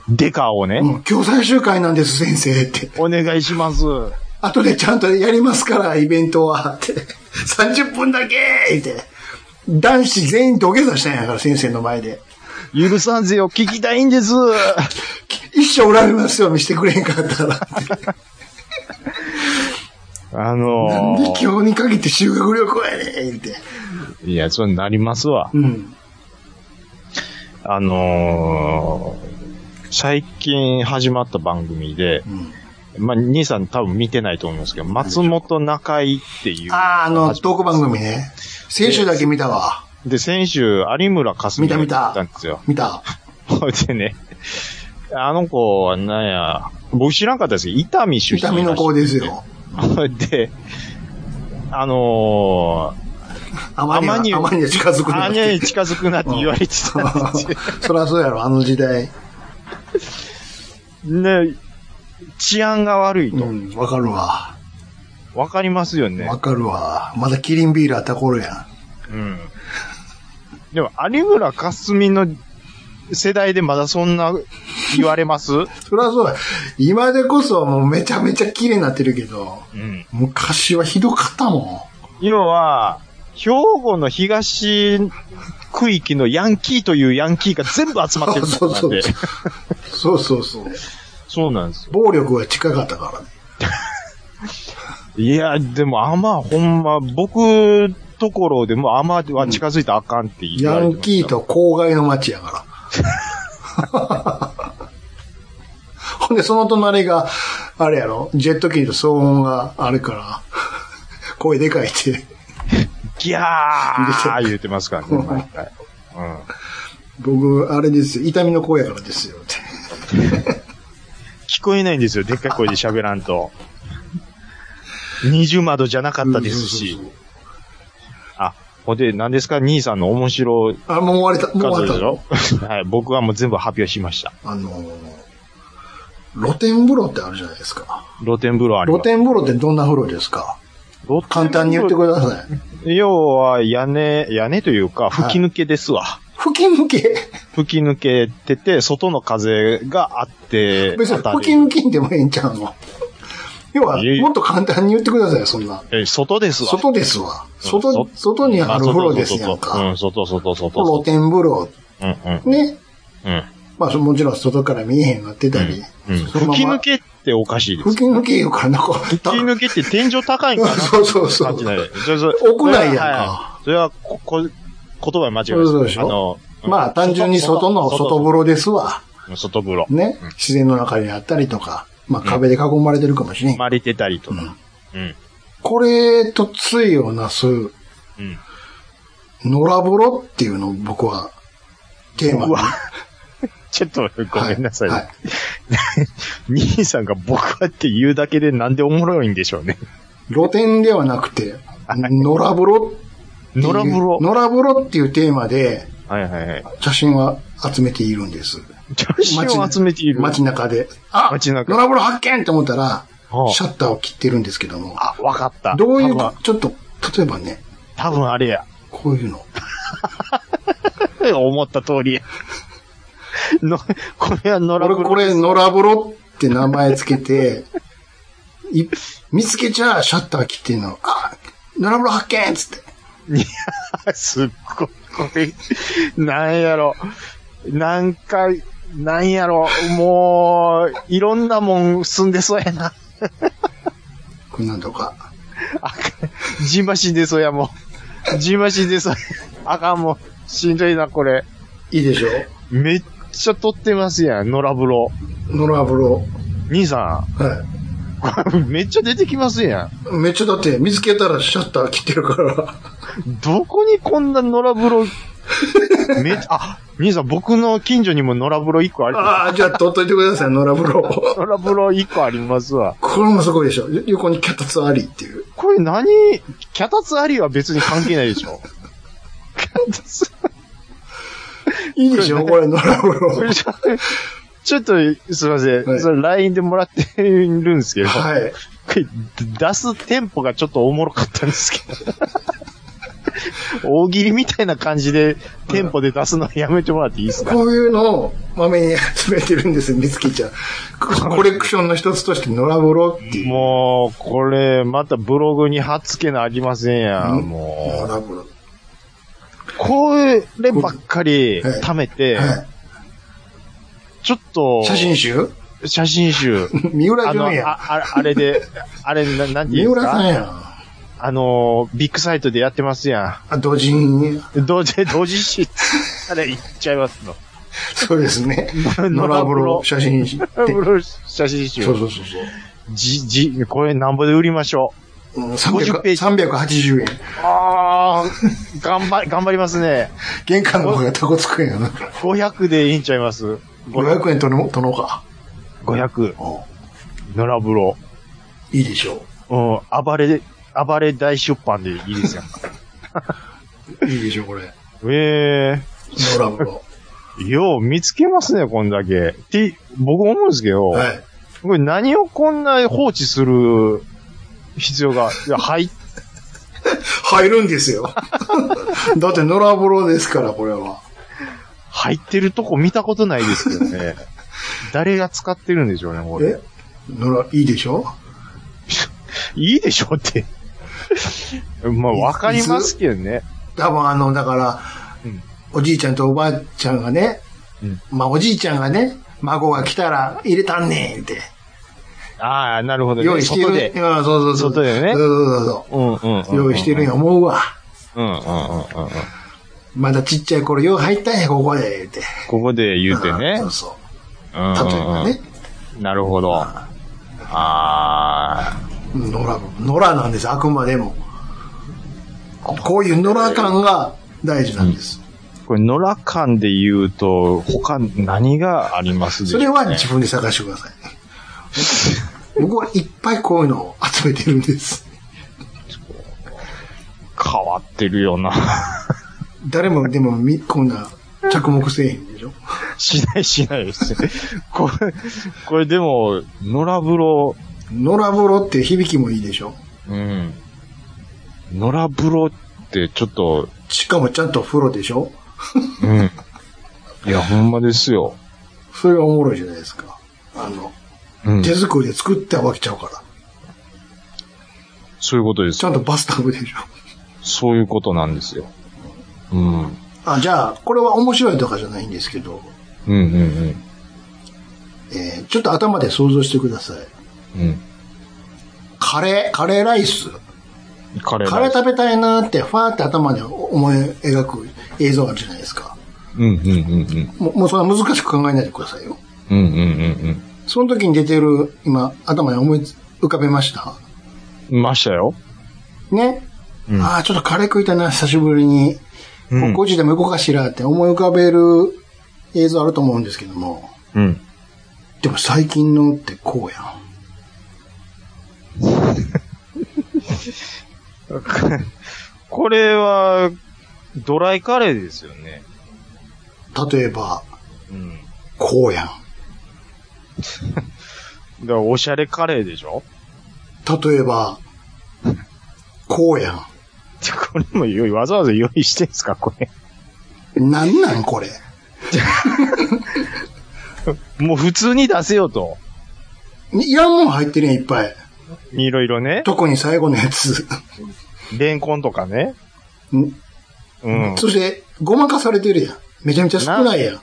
デカを
う
ね、
ん、今日最終回なんです、先生って。
お願いします。
後でちゃんとやりますから、イベントは。って。30分だけって。男子全員土下座したんやから、先生の前で。
許さんぜよ、聞きたいんです。
一生恨みますよ、見せてくれへんかったら。
あの
なんで
ー、
今日に限って修学旅行やねんって。
いや、そうなりますわ。
うん。
あのー、最近始まった番組で、
ん
まあ、兄さん多分見てないと思いますけど、松本中井っていう。
あーあの、トーク番組ね。先週だけ見たわ。
で、先週、有村架純
見た見た
が来んですよ。
見た。
ほいでね、あの子は、なんや、僕知らんかったですけど、伊丹出身。
痛みの子です。よ。
ほい で、あの
あまりは、
アマニュー
あまりは近づく
ー、
な
あ
っ
にゃ
て
に。近づくなって言われてたんです よ。
そりゃそうやろ、あの時代。
ね、治安が悪いうと。
ん、わかるわ。
わかりますよね。
わかるわ。まだキリンビールあった頃やん。
うん。でも、有村架純の世代でまだそんな言われますう
そりゃそうだ。今でこそもうめちゃめちゃ綺麗になってるけど、
ん。
昔はひどかったも
要は、兵庫の東区域のヤンキーというヤンキーが全部集まってる ん
そうそう
で。
ん。そうそうそう。
そうなんですよ。
暴力が近かったからね。
いや、でも、あま、ほんま、僕ところでも、あまは近づいたらあかんって言
ヤ
われてま
ン
した
キー。と郊外の街やから。 ほんで、その隣が、あれやろ、ジェット機と騒音があるから、声でかいって、
ギャー言ってますからね、毎回。うん。
僕、あれですよ、痛みの声やからですよって。
聞こえないんですよ、でっかい声で喋らんと。二重窓じゃなかったですし
そう。そう
あ、ほんで、何ですか兄さんの面白い
そう。あ、もう終わりた、もう
画像
終
で
わ
し
り
ょはい、僕はもう全部発表しました。
た。あのー露天風呂ってあるじゃないですか。
露天風呂ありま
露
す。
天風呂ってどんな風呂ですか
露天
簡単に言ってください。
要は、屋根、屋根というか、吹き抜けですわ。
吹き抜け。
吹き抜けてて、外の風があって、
別に
当たる
吹き抜けんでもええんちゃうの。要は、
いえいえ
もっと簡単に言ってください、そんな。
え外ですわ。
外ですわ。外
うん、そ
外にある風呂ですやん
う
か。
ん、外、外、外。
露天風呂。
うん、うん、
ね。
うん。
まあ、そもちろん外から見えへんなってたり。
うん
そのま
吹き
ま
抜けっておかしいです。
吹き抜け言うからな、こう。吹
吹き抜けって天井高いんかな
そうそうそう
感じない。それそれ
屋内やんか
はいそれは、こ、こ、言葉間違い
そうでしょ
あの、
まあ、単純に外の外風
呂。
呂ですわ。
外風呂。
ね。自然の中にあったりとか。まあ、壁で囲まれてるかもしれん。
まれてたりとか。うん。
これとついをなす、
うん。
野良風呂っていうのを僕は、テーマ
う
に。
わ。ちょっと、ごめんなさい。
はいはい
兄さんが僕はって言うだけでなんでおもろいんでしょうね。
露天ではなくて、野良風呂っていう
野良風呂。
野良風呂っていうテーマで、
はいはいはい。
写真は集めているんです。
女子を集めている。
街中で。あ
街中
野良風呂発見と思ったら、
はあ
シャッターを切ってるんですけども。
あ、わかった。
どういう
多分
か、ちょっと、例えばね、
多分あれや。
こういうの。
思った通り。の、これは野良
俺
黒
これ、野良風呂って名前つけて、い見つけちゃシャッター切ってんの。あ、野良風呂発見っつって。
すっごい、これ、なんやろ。何回、なんやろ。もう、いろんなもん住んでそうやな。
こんなんとか。
あかん。じんましんでそうやもん。じんましんでそうや。あかんもん。しんどいな、これ。
いいでしょ
めっちゃ撮ってますやん、野良風呂。
野良風呂。
兄さ
は
ん、 これめっちゃ出てきますやん。
い。めっちゃだって、見つけたらシャッター切ってるから。
どこにこんな野良風呂、めっちゃ、あ、兄さん、僕の近所にも野良風呂一個あり、
ああ、じゃあ、取っといてください、野良風呂。
野良風呂一個ありますわ。
これもすごいでしょ。よ横に脚立ありっていう。
これ何キャタツアリは別に関係ないでしょキャタツ
いいでしょこれ、野良風
ア
呂
リ。ちょちょっと、すいません。
はい
それ LINE でもらってるんですけど、
はい。
これ出すテンポがちょっとおもろかったんですけ ど。大喜利みたいな感じでテンポで出すのやめてもらっていいですか
こういうのを豆に集めてるんですよ、見つけ ちゃん。ココレクションの一つとして、野良風呂っていう。
もう、これ、またブログに貼っつけなありませんやん。
ん野
も
良風呂。
う、こればっかり貯めて、
は
ちょっと
い。、写真集
写真集、
三浦
あの、
淳
あ
也。
ああれで、あれ、なな
三
んて言うん
浦
です
さん
か
やん。
あの、ビッグサイトでやってますや
あ、土人に。
ん。同時、同時し、あれ、言っちゃいますの。
そうですね。野
野良風呂
良風呂写真集。
ブルー写真
そう
集。
そうそうそう。
じ、じ、これなんぼで売りましょ
うん、
50ページ
300 380円。
う。あー、頑張、頑張りますね。
玄関の方がタコつくん やな。
500でいいんちゃいます。
500円との、とのか。
500。
う
野良風呂。
んいいでしょ
うん、暴れ、暴れ大出版でい いですよ。
う。いいでしょう、これ。
ええ
野良風 呂。
ー、よう見つけますね、こんだけ。って、僕思うんですけど、
はい。
これ何をこんな放置する必要が、いや、入っ
入るんですよ。だって野良風呂ですから、これは。
入ってるとこ見たことないですけど ね。誰が使ってるんでしょうね、こ
え
れ。
野良、いいでしょ
いいでしょうって。 まあ、わかりますけどね。
多分あの、だから、
うん
おじいちゃんとおばあちゃんがね、
うん
まあおじいちゃんがね、孫が来たら入れたんねんって、
ああ、なるほどね。
用意してる。
外で。
うんそうそうそう。
外でね
そうそうそうそう。
うんうんうん。
用意してるんや思うわ。
うんうんうんうん。
まだちっちゃい頃よう入ったんや、ここで、って。
ここで言 うて ね
そ。うそう。
うんうん
例えばね、
うん。なるほど。ああ
野良、野良なんです、あくまでも。こういう野良感が大事なんです。
ー。これ、野良間で言うと、他何がありますでし
そ
ょうね
れは自分で探してください。僕はいっぱいこういうのを集めてるんです。
変わってるよな。
誰もでもみ、こんな着目せえへんでしょ
しないしないです。これ、これでも、野良風呂、
野良風呂って響きもいいでしょ
うん。野良風呂ってちょっと、
しかもちゃんと風呂でしょ
うん。いや、ほんまですよ。
それがおもろいじゃないですか。あの、
うん。
手作りで作ったわけちゃうから。
そういうことです
ちゃ。んとバスタブでしょ
そういうことなんですよ。うん。うん
あ、じゃあ、これは面白いとかじゃないんですけど、
うんうん。
えーちょっと頭で想像してください。
うん。
カレー、カレーライス。
カレー
カレー食べたいなーって、ファーって頭で思い描く映像あるじゃないですか。
うんうんうんうん。
もう、もうそんな難しく考えないでくださいよ。
うんうんうん
その時に出てる、今、頭に思い浮かべました
うん。ましたよ。
ね、
うん
ああ、ちょっとカレー食いたいな、久しぶりに。
うん
5時でも行こうかしらって思い浮かべる映像あると思うんですけども。
うん。
でも最近のってこうやん。
これは、ドライカレーですよね。
例えば、
うん。
こうやん。
だから、おしゃれカレーでしょ
例えば、こうやん。
これも用意、わざわざ用意してんすかこれ。
なんなんこれ。
もう普通に出せよと。
いらんもん入ってるやん、いっぱい。
いろいろね。
特に最後のやつ。
レンコンとかね。
ん
うん。
そして、ごまかされてるやん。めちゃめちゃ少ないやん。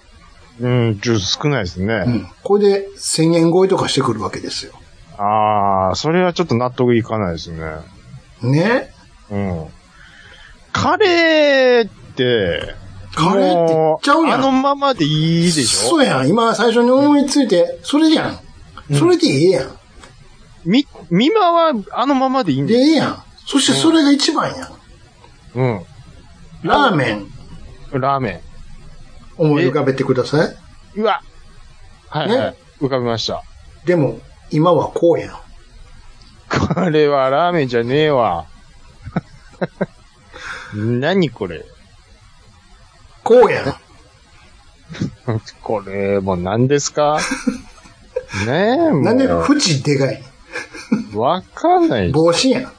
うん、ちょっと少ないです
う
ね。
ん。これで1000円超えとかしてくるわけですよ。
ああ、それはちょっと納得いかないですね。
ね
うん。カレーって、
カレーって言っちゃうやん。
もあのままでいいでし
そ
ょ
うやん。今最初に思いついて、それやん。それでええやん。
み、見間はあのままでいいん
で
だ
え
よ。
えやん。そしてそれが一番やん。
うん。
ラーメン、
ラーメ
思い浮かべてください。
ン。うわ。はい、はい。
ね
浮かびました。
でも、今はこうやん。
これはラーメンじゃね えわ。何これ。
こうやん。
これ、もう何で すかねえ、もう。
なんで、縁でかい。
わかんない。
帽子やん。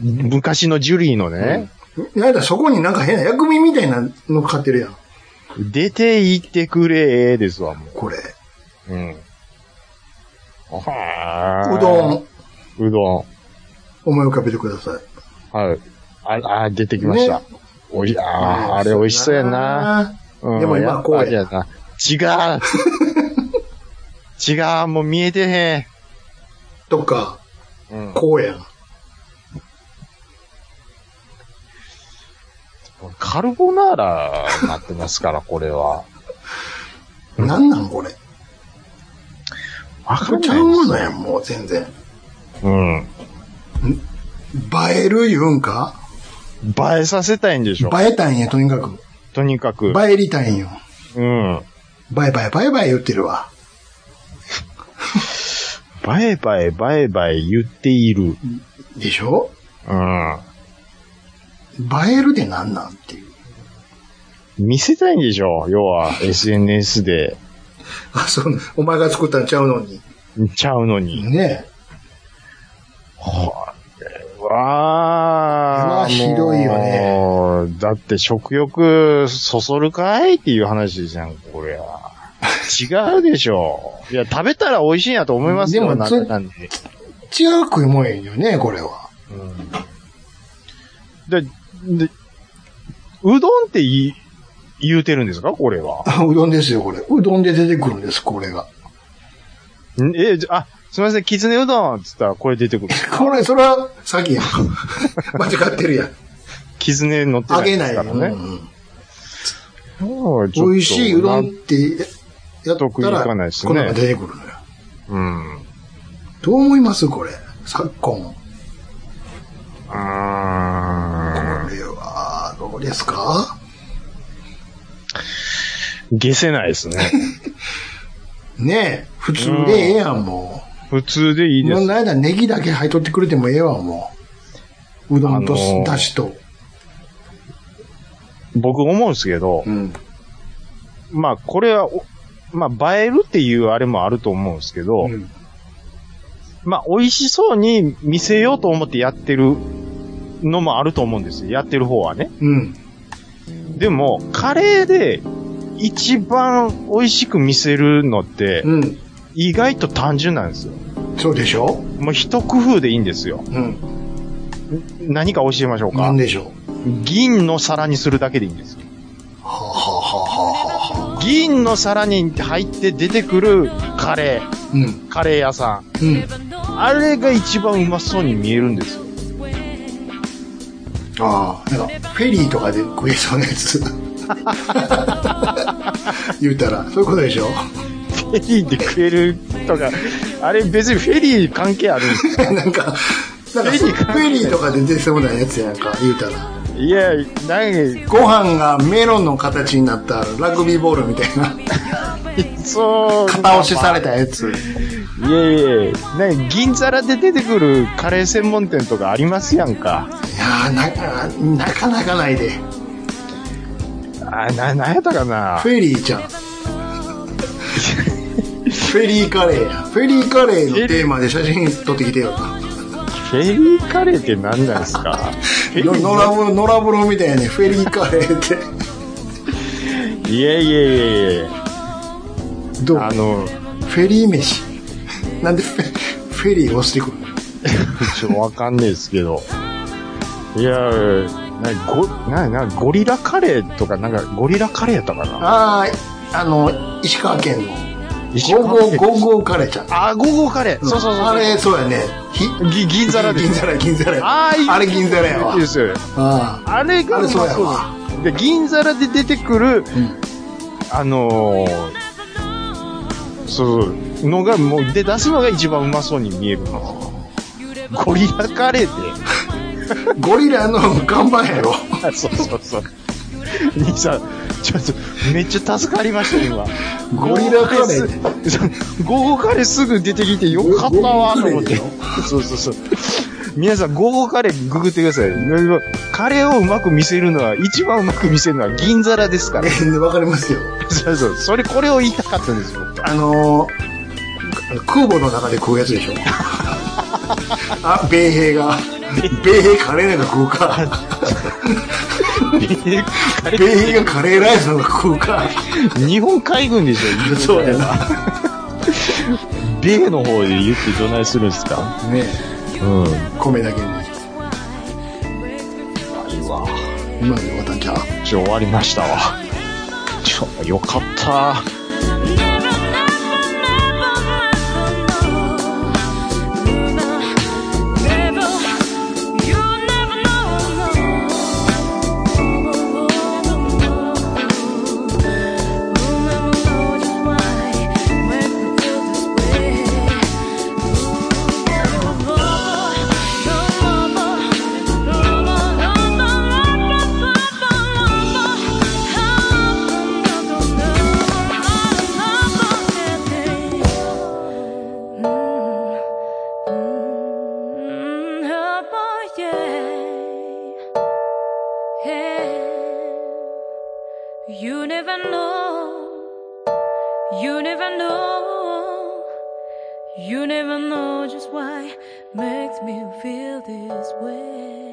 昔のジュリーのね、
やだ、そこになんか変な薬味みたいなの買ってるやん。
出て行ってくれ、ですわ、も
これ。
う。うん。はあ
うど。ん、
うどん。
思い浮かべてください。
はい。あ、あ、出てきました。
ね
おい、あーあれ美味しそうやな。。うん
でも今こうや
っぱ りやな。違う。違う、もう見えてへ
とか、
ん。うん。
こうやん。
カルボナーラになってますから、これは。
なんなんこれ。
わかん
ち
な
ゃ
いう
も
で
のやん、もう全然。
す。うん。映
映える言うんか
えさせたいんでしょ。
映えたんや、とにかく。
とにかく。
映えりたいんよ。
うん。
バイバイバイバイ言ってるわ。
バイバイ、バイバイ言っている。
でしょ
うん。
映えるでなんなんっていう。
見せたいんでしょ要は、SNS で。
あ、そう、お前が作ったんちゃうのに。
ちゃうのに。
ね
わあ。
これはひどいよね
もう。だって食欲そそるかいっていう話じゃん、これは。違うでしょ。いや、食べたら美味しいなと思いますよ、
でも
なん
そ
だ
れ
かんだで。
違う食い物やんよね、これは。
で、で、うどんって言い言うてるんですかこれは。
あうどんですよ、これ。うどんで出てくるんです、これが。
んえ、じゃあ、すみません、きつねうどんっつったらこれ出てくる。
これ、それは、詐 欺やん。間違ってるやん。
きつね乗ってな
あ
い
げ
で
な
す
い
か
よ、ね
らね。うんちょっと
美味しいうどんって、やった
納得い
ら、
かないですね
こんなのが出てくるのよ。
うん。う
どう思いますこれ。昨今。こ
ーん。
れは、どうですか
消せな いですね。
ねえ、普通でええやん、も。
普通でいういで
問
す。
題だ、ネギだけ入っとってくれてもええわ、もう。うどんと
あのー
だしと。
僕思うんですけど、
うん。
まあこれはお、まあ映えるっていうあれもあると思うんですけど、
うん
まあ美味しそうに見せようと思ってやってるのもあると思うんですよ。やってる方はね。
うん。
でも、カレーで一番美味しく見せるのって、
うん。
意外と単純なんですよ。
そうでしょ
もう一工夫でいいんですよ。
うん。
何か教えましょう
な
か
ん。でしょう
銀の皿にするだけでいいんですよ。
はあ、はあはあはあはあ、
銀の皿に入って出てくるカレー、
うん。
カレー屋さん。
うん。
あれが一番うまそうに見えるんですよ。
ああ、なんか、フェリーとかで食えそうなやつ。 言うたら、そういうことでしょ
フェリーで食えるとか、あれ別にフェリー関係あるんですか
なんか、なんか
フェリー
フェリーとかで出てそうなやつやんか、言うたら。
いや、なん
ご飯がメロンの形になったラグビーボールみたい な、
か、そう。
片押しされたやつ。
いやいやいやなんか銀皿で出てくるカレー専門店とかありますやんか。
いやーなか、なかなかないで。
あ、な、なんやったかな
フェリーちゃん。フェリーカレーや。フェリーカレーのテーマで写真撮ってきてよ。
フフェリーカレーって何なんですかフェリ
の野
ー
良風呂、野良風呂みたいにフェリーカレーって。
いえいえいえいえ。
どう
あの、
フェリー飯。なんでフェフェリー押してくるの
ちょっとわかんないですけど。いやー、な、ご、な、な、ゴリラカレーとか、なんか、ゴリラカレーやったかな
ああ、あの、石川県の。
石
ゴー
川
ゴー、
県
ゴーゴーカレーちゃん。
あ、ゴーゴーカレー。そうそうそう。
あれ、そうやね。ひ
ぎ、銀皿です
銀。皿、銀皿や。
あーいい
あれ銀皿やわ
いいで。すよね。
あ
あれが
あれそうやわ
うまそうで、銀皿で出てくる、
ん
あのー、そう、のが、もう、で、出すのが一番うまそうに見えるの。ゴリラカレー
あ
で。
ゴリラの看板やろ。
あ そうそうそう。兄さん、ちょっと、めっちゃ助かりました、今。
ゴリラカレー
ーすゴーゴーカレーすぐ出てきてよかったわ、と思って
ゴーゴー。
そうそうそう。皆さん、ゴーゴーカレーググってください。カレーをうまく見せるのは、一番うまく見せるのは銀皿ですから。
えわかりますよ。
そうそう。それ、これを言いたかったんですよ。
あのー、空母の中で食うやつでしょ。 あ、米兵が。米兵カレーなんか食うか。
カレ
米兵がカレーライスなんか食うか。
ー日本海軍でしょ
そうやな。
米の方で言ってどないするんですか
ね
うん。
米だけに。
いいわ。
今でまたじゃあ。
ちょ、終わりましたわ。ちょ、よかった。
You never know. You never know. You never know just why makes me feel this way.